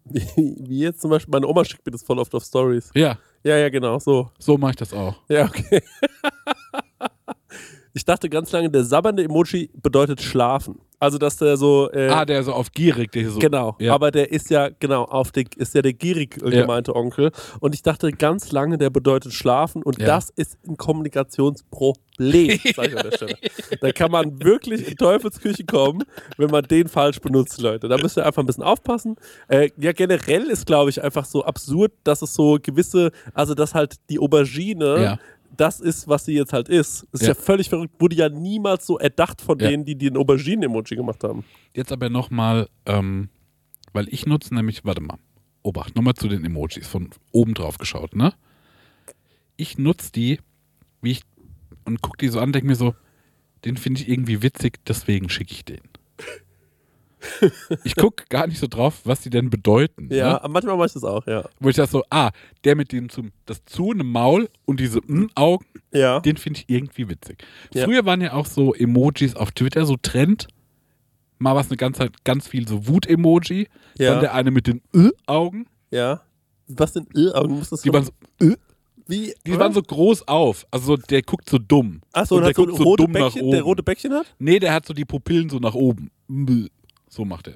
[SPEAKER 3] Wie, wie jetzt zum Beispiel, meine Oma schickt mir das voll oft auf Stories.
[SPEAKER 2] Ja,
[SPEAKER 3] Ja, ja, genau, so.
[SPEAKER 2] so mache ich das auch.
[SPEAKER 3] Ja, okay. Ich dachte ganz lange, der sabbernde Emoji bedeutet schlafen. Also, dass der so. Äh,
[SPEAKER 2] Ah, der so auf gierig, der hier so.
[SPEAKER 3] Genau,
[SPEAKER 2] Ja.
[SPEAKER 3] aber der ist ja, genau, auf der, ist ja der gierig äh,
[SPEAKER 2] Ja.
[SPEAKER 3] gemeinte Onkel. Und ich dachte ganz lange, der bedeutet schlafen. Und
[SPEAKER 2] Ja.
[SPEAKER 3] das ist ein Kommunikationsproblem, sag ich an der Stelle. Da kann man wirklich in Teufelsküche kommen, wenn man den falsch benutzt, Leute. Da müsst ihr einfach ein bisschen aufpassen. Äh, ja, generell ist, glaube ich, einfach so absurd, dass es so gewisse, also dass halt die Aubergine.
[SPEAKER 2] Ja.
[SPEAKER 3] Das ist, was sie jetzt halt ist. Das ist
[SPEAKER 2] Ja.
[SPEAKER 3] ja. völlig verrückt. Wurde ja niemals so erdacht von
[SPEAKER 2] Ja.
[SPEAKER 3] denen, die den Auberginen-Emoji gemacht haben.
[SPEAKER 2] Jetzt aber nochmal, ähm, weil ich nutze nämlich, warte mal, Obacht, nochmal zu den Emojis von oben drauf geschaut, ne? Ich nutze die, wie ich, und gucke die so an, denke mir so, den finde ich irgendwie witzig, deswegen schicke ich den. Ich gucke gar nicht so drauf, was die denn bedeuten.
[SPEAKER 3] Ja,
[SPEAKER 2] Ne?
[SPEAKER 3] aber manchmal mache ich das auch, ja.
[SPEAKER 2] Wo ich das so, ah, der mit dem zum, das zu einem Maul und diese M Augen,
[SPEAKER 3] Ja.
[SPEAKER 2] den finde ich irgendwie witzig.
[SPEAKER 3] Ja.
[SPEAKER 2] Früher waren ja auch so Emojis auf Twitter so Trend. Mal war es eine ganze Zeit ganz viel so Wut-Emoji.
[SPEAKER 3] Ja.
[SPEAKER 2] Dann der eine mit den Ö-Augen.
[SPEAKER 3] Ja. äh, Was sind Irraugen? Muss das
[SPEAKER 2] Die waren so, Ö.
[SPEAKER 3] wie,
[SPEAKER 2] Die waren so groß auf. Also der guckt so dumm.
[SPEAKER 3] Achso, und,
[SPEAKER 2] und
[SPEAKER 3] hat
[SPEAKER 2] der
[SPEAKER 3] so ein
[SPEAKER 2] guckt so
[SPEAKER 3] rote
[SPEAKER 2] dumm nach
[SPEAKER 3] Bäckchen, der
[SPEAKER 2] oben.
[SPEAKER 3] rote Bäckchen hat?
[SPEAKER 2] Nee, der hat so die Pupillen so nach oben. Bäh. So macht er.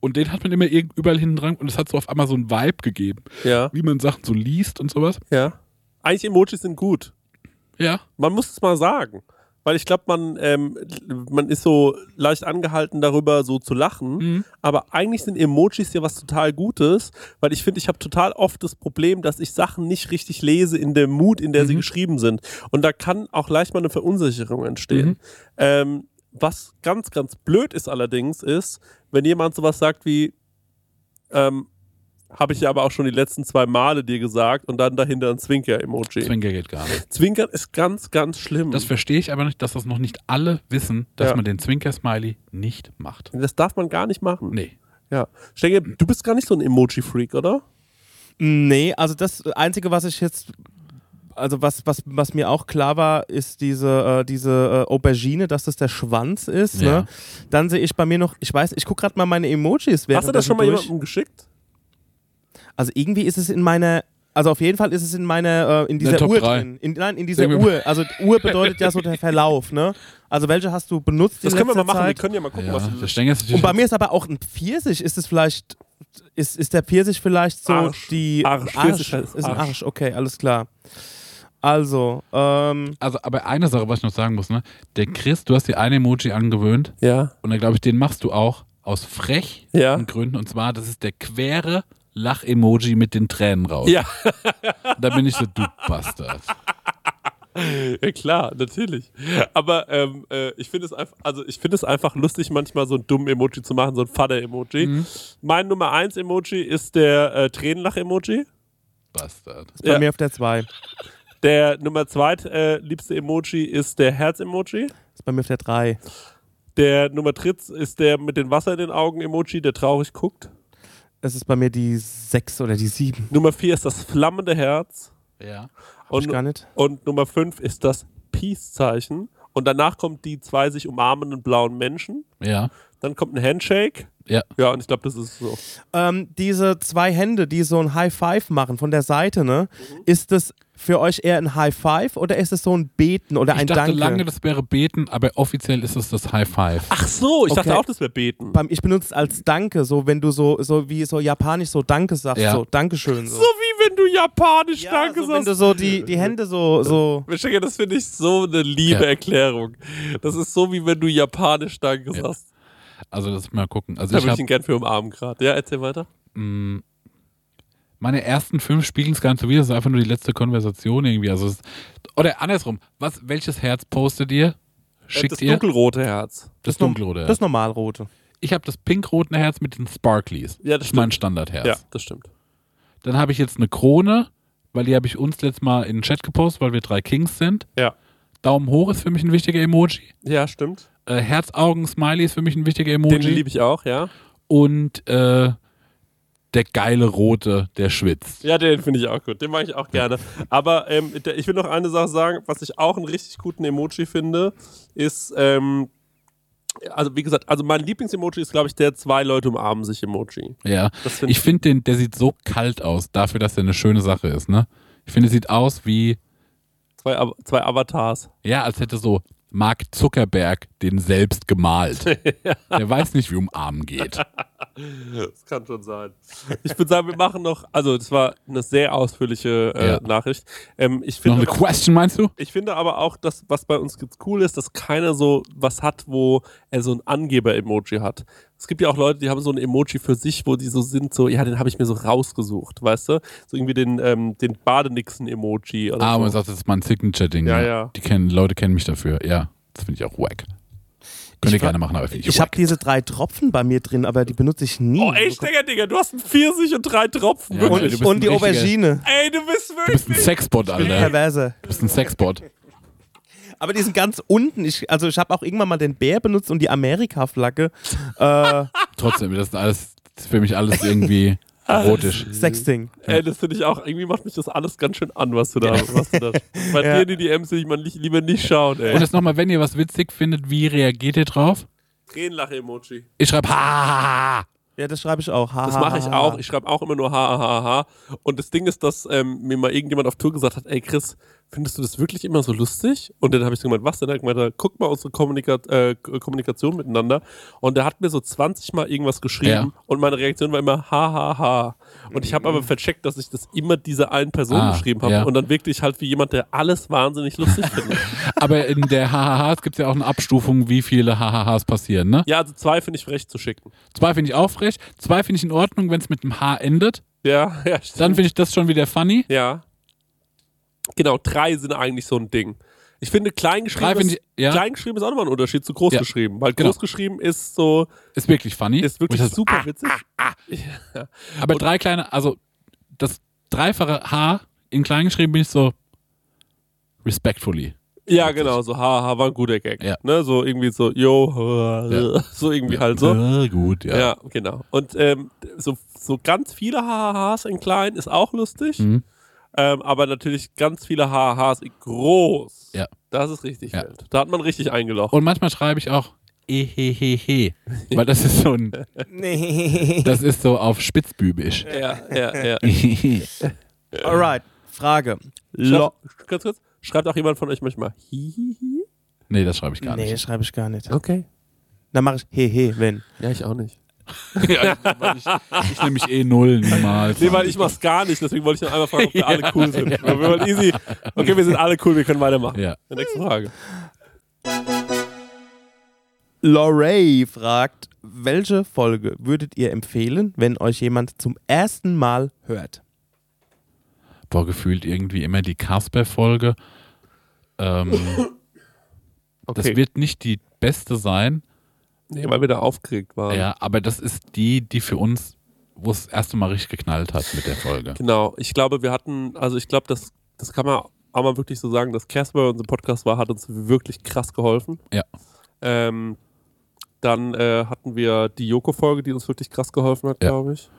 [SPEAKER 2] Und den hat man immer irgend- überall hinten dran und es hat so auf einmal so ein Vibe gegeben,
[SPEAKER 3] Ja.
[SPEAKER 2] wie man Sachen so liest und sowas.
[SPEAKER 3] Ja. Eigentlich Emojis sind gut.
[SPEAKER 2] Ja.
[SPEAKER 3] Man muss es mal sagen. Weil ich glaube, man, ähm, man ist so leicht angehalten, darüber so zu lachen.
[SPEAKER 2] Mhm.
[SPEAKER 3] Aber eigentlich sind Emojis ja was total Gutes, weil ich finde, ich habe total oft das Problem, dass ich Sachen nicht richtig lese in dem Mut, in der sie
[SPEAKER 2] Mhm.
[SPEAKER 3] geschrieben sind. Und da kann auch leicht mal eine Verunsicherung entstehen.
[SPEAKER 2] Mhm.
[SPEAKER 3] Ähm, was ganz, ganz blöd ist allerdings, ist, wenn jemand sowas sagt wie, ähm, habe ich ja aber auch schon die letzten zwei Male dir gesagt und dann dahinter ein Zwinker-Emoji.
[SPEAKER 2] Zwinger geht gar nicht.
[SPEAKER 3] Zwinkern ist ganz, ganz schlimm.
[SPEAKER 2] Das verstehe ich aber nicht, dass das noch nicht alle wissen, dass
[SPEAKER 3] Mhm. Ja.
[SPEAKER 2] man den Zwinker-Smiley nicht macht.
[SPEAKER 3] das darf man gar nicht machen.
[SPEAKER 2] Nee.
[SPEAKER 3] Ja. Stenge, du bist gar nicht so ein Emoji-Freak, oder?
[SPEAKER 6] Nee, also das Einzige, was ich jetzt, also was, was, was mir auch klar war, ist diese, äh, diese äh, Aubergine, dass das der Schwanz ist.
[SPEAKER 2] Ja.
[SPEAKER 6] Ne? Dann sehe ich bei mir noch, ich weiß, ich gucke gerade mal meine Emojis.
[SPEAKER 3] Hast du das schon mal
[SPEAKER 6] währenddessen durch.
[SPEAKER 3] jemandem geschickt?
[SPEAKER 6] Also irgendwie ist es in meiner, also auf jeden Fall ist es in meiner, äh, in dieser
[SPEAKER 2] der Top
[SPEAKER 6] Uhr
[SPEAKER 2] drei.
[SPEAKER 6] drin. In, nein, in dieser
[SPEAKER 2] Sagen wir mal.
[SPEAKER 6] Uhr. Also Uhr bedeutet ja so der Verlauf, ne? Also welche hast du benutzt? in
[SPEAKER 3] Das können wir mal
[SPEAKER 6] letzter
[SPEAKER 3] machen. Wir
[SPEAKER 6] Zeit?
[SPEAKER 3] können ja mal gucken,
[SPEAKER 2] Ja,
[SPEAKER 3] was
[SPEAKER 2] der Stänger ist natürlich
[SPEAKER 6] Und bei mir ist aber auch ein Pfirsich, ist es vielleicht, ist, ist der Pfirsich vielleicht so
[SPEAKER 3] Arsch.
[SPEAKER 6] die...
[SPEAKER 3] Arsch. Pfirsich heißt
[SPEAKER 6] ist ein
[SPEAKER 3] Arsch.
[SPEAKER 6] Arsch. okay, alles klar. Also, ähm,
[SPEAKER 2] Also, aber eine Sache, was ich noch sagen muss, ne? Der Chris, du hast dir ein Emoji angewöhnt
[SPEAKER 3] Ja.
[SPEAKER 2] und dann glaube ich, den machst du auch aus frech
[SPEAKER 3] Ja.
[SPEAKER 2] Gründen. Und zwar, das ist der quere Lach-Emoji mit den Tränen raus.
[SPEAKER 3] Ja.
[SPEAKER 2] Da bin ich so, du Bastard.
[SPEAKER 3] Ja, klar, natürlich. Aber ähm, äh, ich finde es einfach, also ich finde es einfach lustig, manchmal so ein dummen Emoji zu machen, so ein Vater-Emoji.
[SPEAKER 6] Mhm.
[SPEAKER 3] Mein Nummer 1 Emoji ist der äh, Tränenlach-Emoji.
[SPEAKER 2] Bastard.
[SPEAKER 6] Bei
[SPEAKER 3] Ja.
[SPEAKER 6] mir auf der 2.
[SPEAKER 3] Der Nummer 2 äh, liebste Emoji ist der Herz-Emoji.
[SPEAKER 6] Ist bei mir auf der 3.
[SPEAKER 3] Der Nummer 3 ist der mit den Wasser in den Augen Emoji, der traurig guckt.
[SPEAKER 6] Das ist bei mir die 6 oder die 7.
[SPEAKER 3] Nummer 4 ist das flammende Herz.
[SPEAKER 2] Ja.
[SPEAKER 6] Hab ich
[SPEAKER 3] Und,
[SPEAKER 6] gar nicht.
[SPEAKER 3] und Nummer 5 ist das Peace-Zeichen. Und danach kommt die zwei sich umarmenden blauen Menschen.
[SPEAKER 2] Ja.
[SPEAKER 3] Dann kommt ein Handshake.
[SPEAKER 2] Ja.
[SPEAKER 3] Ja, und ich glaube, das ist so.
[SPEAKER 6] Ähm, diese zwei Hände, die so ein High Five machen von der Seite, ne? Ist das für euch eher ein High Five oder ist es so ein Beten oder
[SPEAKER 2] Ich
[SPEAKER 6] ein
[SPEAKER 2] dachte
[SPEAKER 6] Danke?
[SPEAKER 2] lange, das wäre beten, aber offiziell ist es das High Five.
[SPEAKER 3] Ach so, ich dachte
[SPEAKER 6] Okay.
[SPEAKER 3] auch, das wäre beten.
[SPEAKER 6] Beim- ich benutze es als Danke, so wenn du so, so wie so japanisch so Danke sagst,
[SPEAKER 2] Ja.
[SPEAKER 6] so Dankeschön. So.
[SPEAKER 3] So wie wenn du japanisch
[SPEAKER 6] Ja,
[SPEAKER 3] Danke
[SPEAKER 6] so, Wenn
[SPEAKER 3] sagst.
[SPEAKER 6] du so die, die Hände so, so.
[SPEAKER 3] Mischke, das finde ich so eine liebe
[SPEAKER 2] Ja.
[SPEAKER 3] Erklärung. Das ist so, wie wenn du japanisch Danke
[SPEAKER 2] Ja.
[SPEAKER 3] sagst.
[SPEAKER 2] Also das mal gucken. Also
[SPEAKER 3] Da
[SPEAKER 2] ich
[SPEAKER 3] würde ich
[SPEAKER 2] habe
[SPEAKER 3] ihn gern für umarmen gerade. Ja, erzähl weiter.
[SPEAKER 2] meine ersten fünf spiegeln es gar nicht so wieder. Das ist einfach nur die letzte Konversation irgendwie. Also es, oder andersrum. Was, welches Herz postet ihr?
[SPEAKER 3] Äh,
[SPEAKER 2] Schickt
[SPEAKER 3] das
[SPEAKER 2] ihr
[SPEAKER 3] dunkelrote Herz.
[SPEAKER 2] das dunkelrote?
[SPEAKER 6] Das Normalrote.
[SPEAKER 2] ich habe das pink-rote Herz mit den Sparklies.
[SPEAKER 3] Ja, das
[SPEAKER 2] ist
[SPEAKER 3] stimmt.
[SPEAKER 2] mein Standardherz.
[SPEAKER 3] Ja, das stimmt.
[SPEAKER 2] Dann habe ich jetzt eine Krone, weil die habe ich uns letztes Mal in den Chat gepostet, weil wir drei Kings sind.
[SPEAKER 3] Ja.
[SPEAKER 2] Daumen hoch ist für mich ein wichtiger Emoji.
[SPEAKER 3] Ja, stimmt.
[SPEAKER 2] Äh, Herzaugen-Smiley ist für mich ein wichtiger
[SPEAKER 3] Den
[SPEAKER 2] Emoji.
[SPEAKER 3] liebe ich auch, ja.
[SPEAKER 2] Und äh, der geile Rote, der schwitzt.
[SPEAKER 3] Ja, den finde ich auch gut. Den mag ich auch gerne. Aber ähm, der- ich will noch eine Sache sagen, was ich auch einen richtig guten Emoji finde, ist, ähm, also wie gesagt, also mein Lieblingsemoji ist, glaube ich, der zwei Leute umarmen sich Emoji.
[SPEAKER 2] Ja.
[SPEAKER 3] Das find
[SPEAKER 2] ich finde den, der sieht so kalt aus, dafür, dass er eine schöne Sache ist, ne? Ich finde, es sieht aus wie,
[SPEAKER 3] Zwei, Av- zwei Avatars.
[SPEAKER 2] ja, als hätte so Mark Zuckerberg den selbst gemalt. Der weiß nicht, wie umarmen geht.
[SPEAKER 3] Das kann schon sein. Ich würde sagen, wir machen noch, also das war eine sehr ausführliche äh,
[SPEAKER 2] Ja.
[SPEAKER 3] Nachricht. Ähm, ich,
[SPEAKER 2] Noch
[SPEAKER 3] finde,
[SPEAKER 2] eine Question, meinst du?
[SPEAKER 3] ich finde aber auch, dass was bei uns jetzt cool ist, dass keiner so was hat, wo er so ein Angeber-Emoji hat. Es gibt ja auch Leute, die haben so ein Emoji für sich, wo die so sind, so, ja, den habe ich mir so rausgesucht, weißt du? So irgendwie den, ähm, den Badenixen-Emoji oder
[SPEAKER 2] Ah, man
[SPEAKER 3] so.
[SPEAKER 2] sagt, das ist mein Signature-Ding.
[SPEAKER 3] Ja,
[SPEAKER 2] ne?
[SPEAKER 3] ja.
[SPEAKER 2] Die kennen, Leute kennen mich dafür. Ja, das finde ich auch wack. Könnt ihr
[SPEAKER 6] fra-
[SPEAKER 2] gerne machen, aber finde ich,
[SPEAKER 6] Ich habe
[SPEAKER 2] wack.
[SPEAKER 6] diese drei Tropfen bei mir drin, aber die benutze ich nie.
[SPEAKER 3] Oh, ey, Stecker, Digga, du hast einen Pfirsich und drei Tropfen.
[SPEAKER 2] Ja,
[SPEAKER 3] wirklich.
[SPEAKER 2] du
[SPEAKER 6] und,
[SPEAKER 2] bist
[SPEAKER 6] und die
[SPEAKER 2] ein richtiger-
[SPEAKER 6] Aubergine.
[SPEAKER 3] Ey, du bist
[SPEAKER 2] Du
[SPEAKER 3] wirklich.
[SPEAKER 2] bist ein Sexbot, Alter. Du
[SPEAKER 6] Perverse.
[SPEAKER 2] bist ein Sexbot.
[SPEAKER 6] Aber die sind ganz unten. Ich, also ich habe auch irgendwann mal den Bär benutzt und die Amerika-Flagge. Äh,
[SPEAKER 2] Trotzdem, das ist alles, das ist für mich alles irgendwie erotisch.
[SPEAKER 6] Sexting.
[SPEAKER 3] Ey, das finde ich auch, irgendwie macht mich das alles ganz schön an, was du da was du da. Bei
[SPEAKER 6] Ja.
[SPEAKER 3] dir die DMs will ich mal nicht, lieber nicht schauen,
[SPEAKER 2] Und
[SPEAKER 3] ey.
[SPEAKER 2] jetzt nochmal, wenn ihr was witzig findet, wie reagiert ihr drauf?
[SPEAKER 3] Tränenlache-Emoji.
[SPEAKER 2] Ich schreibe, ha, ha, ha, ha.
[SPEAKER 6] Ja, das schreibe ich auch. Ha,
[SPEAKER 3] Das
[SPEAKER 6] ha,
[SPEAKER 3] mache ich
[SPEAKER 6] ha,
[SPEAKER 3] auch.
[SPEAKER 6] ha.
[SPEAKER 3] Ich schreibe auch immer nur ha, ha, ha, ha. Und das Ding ist, dass ähm, mir mal irgendjemand auf Tour gesagt hat, ey Chris, findest du das wirklich immer so lustig? Und dann habe ich so gemeint, was denn? Er hat gemeint, guck mal unsere Kommunika äh, K- Kommunikation miteinander. Und er hat mir so 20 Mal irgendwas geschrieben
[SPEAKER 2] Ja.
[SPEAKER 3] und meine Reaktion war immer ha, ha, ha. Und ich habe aber vercheckt, dass ich das immer dieser einen Person
[SPEAKER 2] Ah,
[SPEAKER 3] geschrieben habe.
[SPEAKER 2] ja.
[SPEAKER 3] Und dann wirkte ich halt wie jemand, der alles wahnsinnig lustig findet.
[SPEAKER 2] Aber in der Hahahas gibt es ja auch eine Abstufung, wie viele Hahahas passieren, ne?
[SPEAKER 3] Ja, also zwei finde ich frech zu schicken.
[SPEAKER 2] Zwei finde ich auch frech, zwei finde ich in Ordnung, wenn es mit einem H endet.
[SPEAKER 3] Ja, ja, stimmt.
[SPEAKER 2] Dann finde ich das schon wieder funny.
[SPEAKER 3] ja. Genau, drei sind eigentlich so ein Ding. Ich finde, kleingeschrieben,
[SPEAKER 2] Drei finde
[SPEAKER 3] ist,
[SPEAKER 2] ich- ja.
[SPEAKER 3] kleingeschrieben ist auch nochmal ein Unterschied zu großgeschrieben. Weil
[SPEAKER 2] genau.
[SPEAKER 3] großgeschrieben ist so,
[SPEAKER 2] Ist wirklich funny.
[SPEAKER 3] ist wirklich
[SPEAKER 2] Wo ich das-
[SPEAKER 3] super witzig.
[SPEAKER 2] ah, Aber drei kleine, also das dreifache H in klein geschrieben bin ich so respectfully.
[SPEAKER 3] Ja, genau, so haha, war ein guter Gag.
[SPEAKER 2] Ja.
[SPEAKER 3] Ne, so irgendwie so, yo,
[SPEAKER 2] Ja.
[SPEAKER 3] so irgendwie halt so.
[SPEAKER 2] Ja, gut, ja.
[SPEAKER 3] Ja, genau. Und ähm, so, so ganz viele Hahahas in klein ist auch lustig.
[SPEAKER 2] Mhm.
[SPEAKER 3] Ähm, aber natürlich ganz viele Hahahas in groß.
[SPEAKER 2] Ja.
[SPEAKER 3] Das ist richtig
[SPEAKER 2] Ja.
[SPEAKER 3] wild. Da hat man richtig eingelocht.
[SPEAKER 2] Und manchmal schreibe ich auch eh, ehehehe, weil das ist so ein,
[SPEAKER 6] Nee.
[SPEAKER 2] das ist so auf spitzbübisch.
[SPEAKER 3] ja, ja, ja.
[SPEAKER 6] Alright. Frage. Lo
[SPEAKER 3] Schreibt, ganz kurz, schreibt auch jemand von euch manchmal Hihihi?
[SPEAKER 2] nee, das schreibe ich gar
[SPEAKER 6] nee,
[SPEAKER 2] nicht.
[SPEAKER 6] schreibe ich gar nicht.
[SPEAKER 3] Okay.
[SPEAKER 6] Dann mache ich hehe, wenn.
[SPEAKER 3] Ja, ich auch nicht.
[SPEAKER 2] Ich nehme mich eh null niemals.
[SPEAKER 3] Nee, weil ich mach's gar nicht, deswegen wollte ich noch einmal fragen, ob wir alle cool sind. Aber Wir wollen easy. Okay, wir sind alle cool, wir können weitermachen.
[SPEAKER 2] Ja.
[SPEAKER 3] Nächste Frage.
[SPEAKER 6] Lorray fragt, welche Folge würdet ihr empfehlen, wenn euch jemand zum ersten Mal hört?
[SPEAKER 2] Boah, gefühlt irgendwie immer die Casper-Folge. Ähm, Das
[SPEAKER 3] Okay.
[SPEAKER 2] wird nicht die beste sein,
[SPEAKER 3] Nee, weil wir da aufgeregt waren.
[SPEAKER 2] ja, aber das ist die, die für uns, wo es das erste Mal richtig geknallt hat mit der Folge.
[SPEAKER 3] Genau. Ich glaube, wir hatten, also ich glaube, das, das kann man auch mal wirklich so sagen, dass Casper unser Podcast war, hat uns wirklich krass geholfen.
[SPEAKER 2] Ja.
[SPEAKER 3] Ähm, dann äh, hatten wir die Joko-Folge, die uns wirklich krass geholfen hat,
[SPEAKER 2] Ja.
[SPEAKER 3] glaube ich.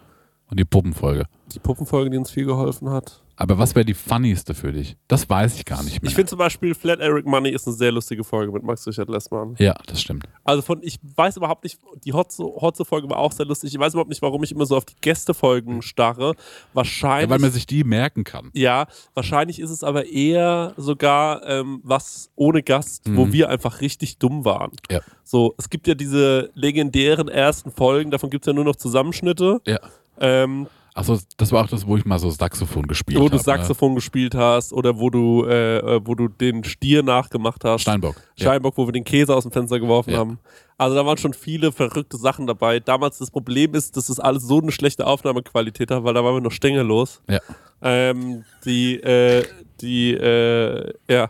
[SPEAKER 2] Und die Puppenfolge.
[SPEAKER 3] Die Puppenfolge, die uns viel geholfen hat.
[SPEAKER 2] Aber was wäre die funnieste für dich? Das weiß ich gar nicht mehr.
[SPEAKER 3] Ich finde zum Beispiel Flat Eric Money ist eine sehr lustige Folge mit Max Richard Lessmann.
[SPEAKER 2] ja, das stimmt.
[SPEAKER 3] Also von, ich weiß überhaupt nicht, die Hotze- Hotze-Folge war auch sehr lustig. Ich weiß überhaupt nicht, warum ich immer so auf die Gästefolgen starre.
[SPEAKER 2] Ja,
[SPEAKER 3] Wahrscheinlich.
[SPEAKER 2] weil man sich die merken kann.
[SPEAKER 3] Ja, wahrscheinlich ist es aber eher sogar ähm, was ohne Gast, wo
[SPEAKER 2] Mhm.
[SPEAKER 3] wir einfach richtig dumm waren.
[SPEAKER 2] Ja.
[SPEAKER 3] So, es gibt ja diese legendären ersten Folgen, davon gibt es ja nur noch Zusammenschnitte.
[SPEAKER 2] Ja.
[SPEAKER 3] Ähm,
[SPEAKER 2] Achso, das war auch das, wo ich mal so Saxophon gespielt
[SPEAKER 3] wo
[SPEAKER 2] habe.
[SPEAKER 3] Oh,
[SPEAKER 2] ne?
[SPEAKER 3] du Saxophon gespielt hast oder wo du, äh, äh, wo du den Stier nachgemacht
[SPEAKER 2] Ne?
[SPEAKER 3] hast.
[SPEAKER 2] Steinbock. Ja.
[SPEAKER 3] Steinbock, wo wir den Käse aus dem Fenster geworfen
[SPEAKER 2] Ja.
[SPEAKER 3] haben. Also da waren schon viele verrückte Sachen dabei. Damals das Problem ist, dass es alles so eine schlechte Aufnahmequalität hat, weil da waren wir noch stängelos.
[SPEAKER 2] Ja.
[SPEAKER 3] Ähm, die, äh, die, äh, ja.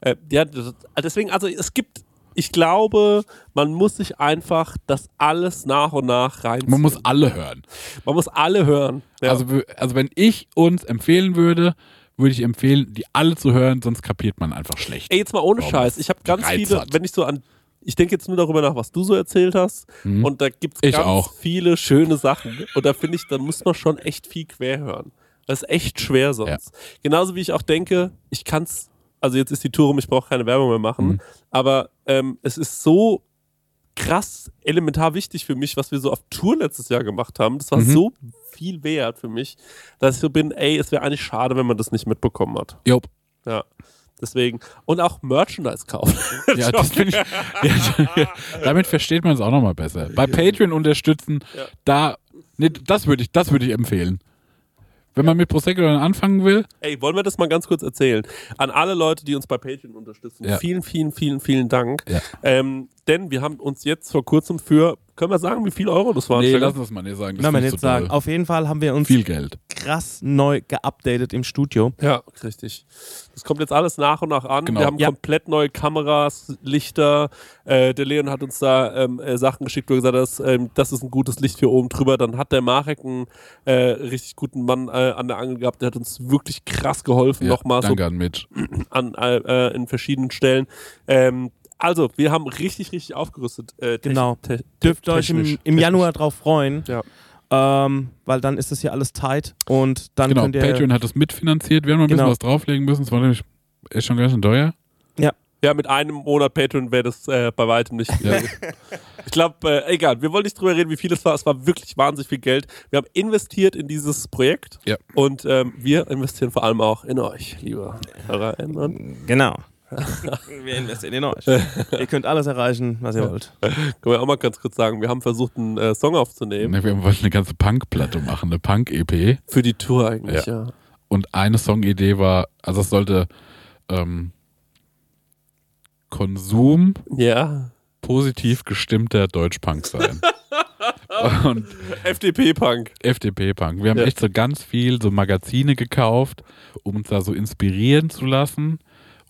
[SPEAKER 3] Äh, ja, das- deswegen, also es gibt, ich glaube, man muss sich einfach das alles nach und nach reinziehen.
[SPEAKER 2] Man muss alle hören.
[SPEAKER 3] man muss alle hören. Ja.
[SPEAKER 2] Also, w- also wenn ich uns empfehlen würde, würde ich empfehlen, die alle zu hören, sonst kapiert man einfach schlecht.
[SPEAKER 3] Ey, jetzt mal ohne
[SPEAKER 2] Warum
[SPEAKER 3] Scheiß.
[SPEAKER 2] das
[SPEAKER 3] Ich habe ganz
[SPEAKER 2] Reiz
[SPEAKER 3] viele,
[SPEAKER 2] hat.
[SPEAKER 3] wenn ich so an. Ich denke jetzt nur darüber nach, was du so erzählt hast. Und da gibt's
[SPEAKER 2] Mhm. Ich
[SPEAKER 3] ganz
[SPEAKER 2] auch.
[SPEAKER 3] viele schöne Sachen. Und da finde ich, da muss man schon echt viel quer hören. Das ist echt schwer sonst. Genauso wie ich auch denke, ich kann's. Also jetzt ist die Tour um, ich brauche keine Werbung mehr machen.
[SPEAKER 2] Mhm.
[SPEAKER 3] Aber ähm, es ist so krass elementar wichtig für mich, was wir so auf Tour letztes Jahr gemacht haben. Das war
[SPEAKER 2] Mhm.
[SPEAKER 3] so viel wert für mich, dass ich so bin, ey, es wäre eigentlich schade, wenn man das nicht mitbekommen hat.
[SPEAKER 2] Jo.
[SPEAKER 3] Ja. Deswegen. Und auch Merchandise kaufen.
[SPEAKER 2] Ja, das finde ich. Ja, damit versteht man es auch nochmal besser. Bei Patreon unterstützen, da. Nee, das würde ich, das würde ich empfehlen. Wenn man mit Prosecco dann anfangen will,
[SPEAKER 3] Ey, wollen wir das mal ganz kurz erzählen? An alle Leute, die uns bei Patreon unterstützen.
[SPEAKER 2] Ja.
[SPEAKER 3] Vielen, vielen, vielen, vielen Dank.
[SPEAKER 2] Ja.
[SPEAKER 3] Ähm, denn wir haben uns jetzt vor kurzem für, können wir sagen, wie viel Euro das waren?
[SPEAKER 2] nee,
[SPEAKER 3] Stefan?
[SPEAKER 2] lassen wir es mal nicht sagen. Das
[SPEAKER 6] Na, man
[SPEAKER 2] ist
[SPEAKER 6] jetzt
[SPEAKER 2] so toll.
[SPEAKER 6] sagen, auf jeden Fall haben wir uns
[SPEAKER 2] viel Geld.
[SPEAKER 6] krass neu geupdatet im Studio.
[SPEAKER 3] ja, richtig. Das kommt jetzt alles nach und nach an.
[SPEAKER 2] Genau.
[SPEAKER 3] Wir haben
[SPEAKER 6] Ja.
[SPEAKER 3] komplett neue Kameras, Lichter. Äh, der Leon hat uns da ähm, äh, Sachen geschickt, wo er gesagt hat, dass, ähm, das ist ein gutes Licht hier oben drüber. Dann hat der Marek einen äh, richtig guten Mann äh, an der Angel gehabt. Der hat uns wirklich krass geholfen.
[SPEAKER 2] Ja,
[SPEAKER 3] Nochmal so
[SPEAKER 2] danke an Mitch.
[SPEAKER 3] an, äh, äh, in verschiedenen Stellen. Ähm, also, wir haben richtig, richtig aufgerüstet. Äh, techn-
[SPEAKER 6] Genau.
[SPEAKER 3] te-
[SPEAKER 6] Dürft euch im,
[SPEAKER 3] technisch.
[SPEAKER 6] im
[SPEAKER 3] Technisch.
[SPEAKER 6] Januar drauf freuen,
[SPEAKER 3] Ja.
[SPEAKER 6] ähm, weil dann ist das hier alles tight und dann
[SPEAKER 2] Genau,
[SPEAKER 6] könnt ihr.
[SPEAKER 2] Patreon hat das mitfinanziert. Wir haben noch ein bisschen
[SPEAKER 6] Genau.
[SPEAKER 2] was drauflegen müssen. Es war nämlich ist schon ganz schön teuer.
[SPEAKER 3] Ja, mit einem Monat Patreon wäre das äh, bei weitem nicht.
[SPEAKER 2] Ja.
[SPEAKER 3] ich glaube, äh, egal, wir wollen nicht drüber reden, wie viel es war. Es war wirklich wahnsinnig viel Geld. Wir haben investiert in dieses Projekt
[SPEAKER 2] Ja.
[SPEAKER 3] und ähm, wir investieren vor allem auch in euch, liebe HörerInnen. Und
[SPEAKER 6] Genau. wir investieren in euch. ihr könnt alles erreichen, was ihr wollt.
[SPEAKER 3] Können wir auch mal ganz kurz sagen, wir haben versucht, einen äh, Song aufzunehmen.
[SPEAKER 2] Ne, Wir wollten eine ganze Punk-Platte machen, eine Punk-EP.
[SPEAKER 3] Für die Tour eigentlich, ja.
[SPEAKER 2] Und eine Songidee war, also es sollte ähm, Konsum
[SPEAKER 3] Ja.
[SPEAKER 2] positiv gestimmter Deutschpunk sein. Und
[SPEAKER 3] FDP-Punk.
[SPEAKER 2] FDP-Punk. Wir haben
[SPEAKER 3] Ja.
[SPEAKER 2] echt so ganz viel so Magazine gekauft, um uns da so inspirieren zu lassen.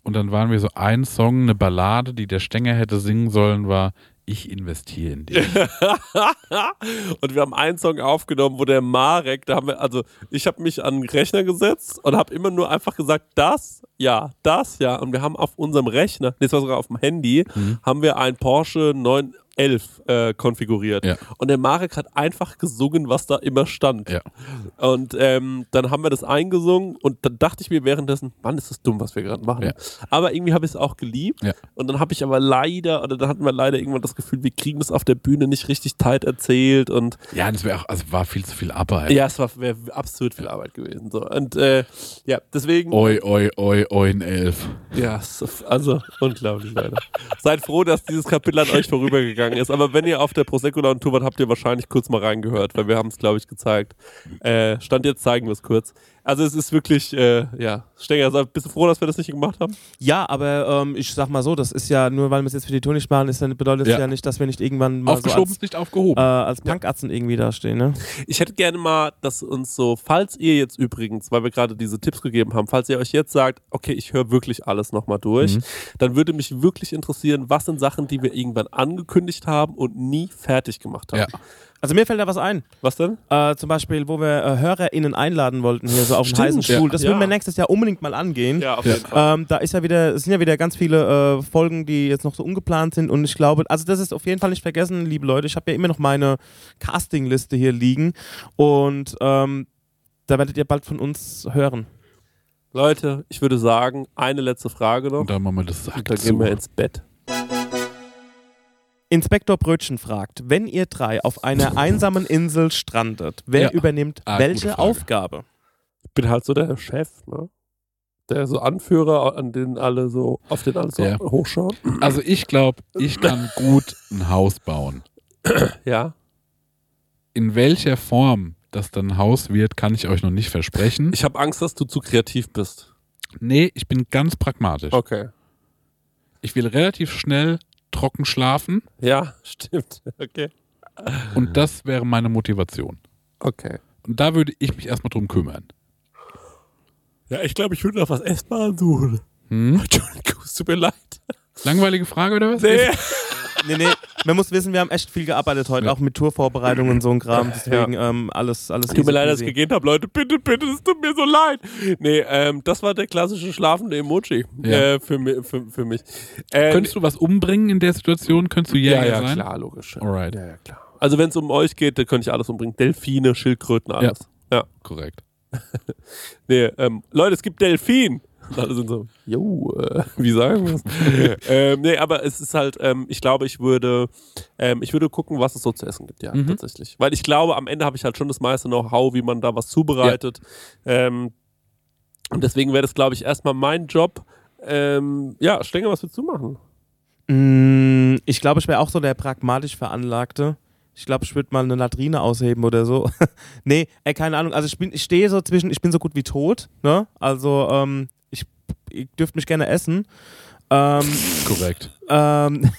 [SPEAKER 2] Und dann waren wir so ein Song, eine Ballade, die der Stenger hätte singen sollen, war Ich investiere in dich.
[SPEAKER 3] und wir haben einen Song aufgenommen, wo der Marek, da haben wir, also ich habe mich an den Rechner gesetzt und habe immer nur einfach gesagt, das, ja, das, ja. Und wir haben auf unserem Rechner, nee, es war sogar auf dem Handy,
[SPEAKER 2] Mhm.
[SPEAKER 3] haben wir einen Porsche 911 äh, konfiguriert.
[SPEAKER 2] Ja.
[SPEAKER 3] Und der Marek hat einfach gesungen, was da immer stand.
[SPEAKER 2] Ja.
[SPEAKER 3] Und ähm, dann haben wir das eingesungen und dann dachte ich mir währenddessen, Mann, ist das dumm, was wir gerade machen.
[SPEAKER 2] Ja.
[SPEAKER 3] Aber irgendwie habe ich es auch geliebt.
[SPEAKER 2] Ja.
[SPEAKER 3] Und dann habe ich aber leider, oder dann hatten wir leider irgendwann das Gefühl, wir kriegen das auf der Bühne nicht richtig tight erzählt. Und
[SPEAKER 2] Ja, das wäre auch, also war viel zu viel Arbeit.
[SPEAKER 3] ja, es war wäre absolut viel Arbeit gewesen. So. Und äh, ja, deswegen.
[SPEAKER 2] Oi, oi, oi, bei Eulen 11.
[SPEAKER 3] Ja, so- also unglaublich leider. Seid froh, dass dieses Kapitel an euch vorübergegangen ist. Aber wenn ihr auf der prosecco laune tour wart, habt ihr wahrscheinlich kurz mal reingehört, weil wir haben es, glaube ich, gezeigt. Äh, Stand jetzt zeigen wir es kurz. Also es ist wirklich, äh, ja, Stenger, sag- bist du froh, dass wir das nicht gemacht haben?
[SPEAKER 6] Ja, aber ähm, ich sag mal so, das ist ja nur, weil wir es jetzt für die Tour nicht machen, ist ja, bedeutet es ja.
[SPEAKER 2] Ja.
[SPEAKER 6] nicht, dass wir nicht irgendwann mal so
[SPEAKER 2] Aufgeschoben
[SPEAKER 6] als,
[SPEAKER 2] ist nicht aufgehoben.
[SPEAKER 6] äh,
[SPEAKER 3] Ah.
[SPEAKER 6] als Pankatzen irgendwie dastehen. Ne?
[SPEAKER 3] Ich hätte gerne mal, dass uns so, falls ihr jetzt übrigens, weil wir gerade diese Tipps gegeben haben, falls ihr euch jetzt sagt, okay, ich höre wirklich alles nochmal durch, dann würde mich wirklich interessieren, was sind Sachen, die wir irgendwann angekündigt haben und nie fertig gemacht haben.
[SPEAKER 2] Ja.
[SPEAKER 6] Also mir fällt da was ein.
[SPEAKER 3] Was denn?
[SPEAKER 6] Äh, zum Beispiel, wo wir äh, HörerInnen einladen wollten, hier so auf den
[SPEAKER 3] Stimmt,
[SPEAKER 6] heißen Stuhl. Das
[SPEAKER 3] ja.
[SPEAKER 6] würden wir nächstes Jahr unbedingt mal angehen.
[SPEAKER 3] auf jeden
[SPEAKER 6] Ähm, da ist ja wieder, es sind ja wieder ganz viele äh, Folgen, die jetzt noch so ungeplant sind und ich glaube, also das ist auf jeden Fall nicht vergessen, liebe Leute. Ich habe ja immer noch meine Castingliste hier liegen und ähm, da werdet ihr bald von uns hören.
[SPEAKER 3] Leute, ich würde sagen, eine letzte Frage noch.
[SPEAKER 2] Und dann machen wir das Sack
[SPEAKER 3] Dann gehen
[SPEAKER 2] zu.
[SPEAKER 3] wir ins Bett.
[SPEAKER 6] Inspektor Brötchen fragt, wenn ihr drei auf einer einsamen Insel strandet, wer
[SPEAKER 2] Ja.
[SPEAKER 6] übernimmt
[SPEAKER 2] Ah, gute
[SPEAKER 6] welche
[SPEAKER 2] Frage.
[SPEAKER 6] Aufgabe?
[SPEAKER 3] Ich bin halt so der Chef, ne? Der so Anführer, an den alle so, auf den alle so
[SPEAKER 2] Ja.
[SPEAKER 3] hochschauen.
[SPEAKER 2] Also ich glaube, ich kann gut ein Haus bauen.
[SPEAKER 3] Ja.
[SPEAKER 2] In welcher Form das dann ein Haus wird, kann ich euch noch nicht versprechen.
[SPEAKER 3] Ich habe Angst, dass du zu kreativ bist.
[SPEAKER 2] nee, ich bin ganz pragmatisch.
[SPEAKER 3] Okay.
[SPEAKER 2] Ich will relativ schnell trocken schlafen
[SPEAKER 3] Ja, stimmt. Okay. Ah.
[SPEAKER 2] und das wäre meine Motivation.
[SPEAKER 3] Okay.
[SPEAKER 2] Und da würde ich mich erstmal drum kümmern.
[SPEAKER 3] Ja, ich glaube, ich würde nach was Essbaren suchen.
[SPEAKER 2] Hm?
[SPEAKER 3] Entschuldigung, es tut mir leid.
[SPEAKER 2] Langweilige Frage oder was?
[SPEAKER 3] Nee.
[SPEAKER 6] Nee, nee, man muss wissen, wir haben echt viel gearbeitet heute,
[SPEAKER 2] Ja.
[SPEAKER 6] auch mit Tourvorbereitungen und so ein Kram, deswegen ähm, alles, alles
[SPEAKER 3] Tut mir
[SPEAKER 6] easy
[SPEAKER 3] leid, dass ich
[SPEAKER 6] peasy.
[SPEAKER 3] gegeben habe, Leute. Bitte, bitte, es tut mir so leid. Nee, ähm, das war der klassische schlafende Emoji
[SPEAKER 2] Ja.
[SPEAKER 3] äh, für, mi- für, für mich. Äh,
[SPEAKER 2] Könntest du was umbringen in der Situation? Könntest du
[SPEAKER 3] Ja,
[SPEAKER 2] Jäger
[SPEAKER 3] ja,
[SPEAKER 2] sein?
[SPEAKER 3] klar, logisch.
[SPEAKER 2] Alright.
[SPEAKER 3] Ja, ja, klar. Also wenn es um euch geht, dann könnte ich alles umbringen. Delfine, Schildkröten, alles. Ja.
[SPEAKER 2] Korrekt.
[SPEAKER 3] Nee, ähm, Leute, es gibt Delfin. Und alle sind so, jo, äh, wie sagen wir es? ähm, nee, aber es ist halt, ähm, ich glaube, ich würde, ähm, ich würde gucken, was es so zu essen gibt, ja,
[SPEAKER 2] Mhm.
[SPEAKER 3] tatsächlich. Weil ich glaube, am Ende habe ich halt schon das meiste Know-how, wie man da was zubereitet. Ähm, und deswegen wäre das, glaube ich, erstmal mein Job. Ähm, ja, Stenger, was willst du machen?
[SPEAKER 6] Mm, Ich glaube, ich wäre auch so der pragmatisch Veranlagte. Ich glaube, ich würde mal eine Latrine ausheben oder so. nee, ey, keine Ahnung. Also ich, bin, ich stehe so zwischen, ich bin so gut wie tot. Ne? Also ähm, ich, ich dürft mich gerne essen. Ähm,
[SPEAKER 2] Korrekt.
[SPEAKER 6] ähm,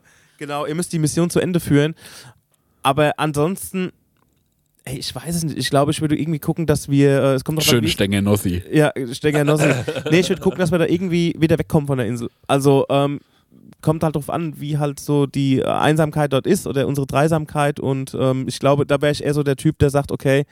[SPEAKER 6] genau, ihr müsst die Mission zu Ende führen. Aber ansonsten, ey, ich weiß es nicht. Ich glaube, ich würde irgendwie gucken, dass wir, äh, es kommt noch
[SPEAKER 2] Schön Stängel Nossi.
[SPEAKER 6] ja, Stenger Nossi. nee, ich würde gucken, dass wir da irgendwie wieder wegkommen von der Insel. Also, ähm, kommt halt drauf an, wie halt so die äh, Einsamkeit dort ist oder unsere Dreisamkeit. Und ähm, ich glaube, da wäre ich eher so der Typ, der sagt, okay,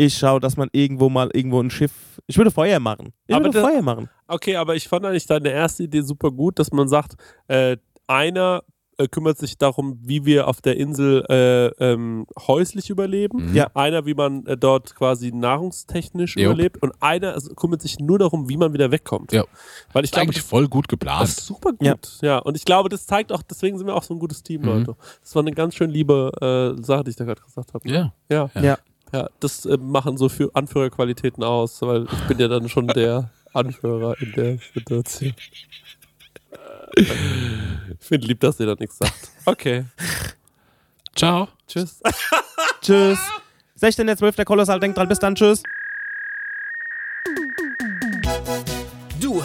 [SPEAKER 6] ich schaue, dass man irgendwo mal irgendwo ein Schiff. Ich würde Feuer machen. Ich
[SPEAKER 3] Aber
[SPEAKER 6] würde
[SPEAKER 3] das-
[SPEAKER 6] Feuer machen.
[SPEAKER 3] Okay, aber ich fand eigentlich deine erste Idee super gut, dass man sagt, äh, einer äh, kümmert sich darum, wie wir auf der Insel äh, ähm, häuslich überleben.
[SPEAKER 2] Mhm.
[SPEAKER 6] Ja.
[SPEAKER 3] Einer, wie man äh, dort quasi nahrungstechnisch
[SPEAKER 2] Jo.
[SPEAKER 3] überlebt. Und einer also, kümmert sich nur darum, wie man wieder wegkommt.
[SPEAKER 2] Ja.
[SPEAKER 3] Weil ich
[SPEAKER 2] Ist
[SPEAKER 3] glaube,
[SPEAKER 2] eigentlich
[SPEAKER 3] das,
[SPEAKER 2] voll gut
[SPEAKER 3] das ist
[SPEAKER 2] geplant.
[SPEAKER 3] super gut.
[SPEAKER 6] Ja.
[SPEAKER 3] Ja. und ich glaube, das zeigt auch, deswegen sind wir auch so ein gutes
[SPEAKER 2] Mhm.
[SPEAKER 3] Team, Leute. Das war eine ganz schön liebe äh, Sache, die ich da gerade gesagt habe.
[SPEAKER 2] Ja.
[SPEAKER 3] Ja.
[SPEAKER 2] Ja.
[SPEAKER 6] Ja.
[SPEAKER 3] Ja, das äh, machen so für Anführerqualitäten aus, weil ich bin ja dann schon der Anführer in der Situation. Ich finde lieb, dass ihr da nichts sagt. Okay,
[SPEAKER 2] Ciao.
[SPEAKER 3] tschüss.
[SPEAKER 6] Tschüss. 16.12. der Kolossal. Denkt dran, bis dann. Tschüss.
[SPEAKER 7] Du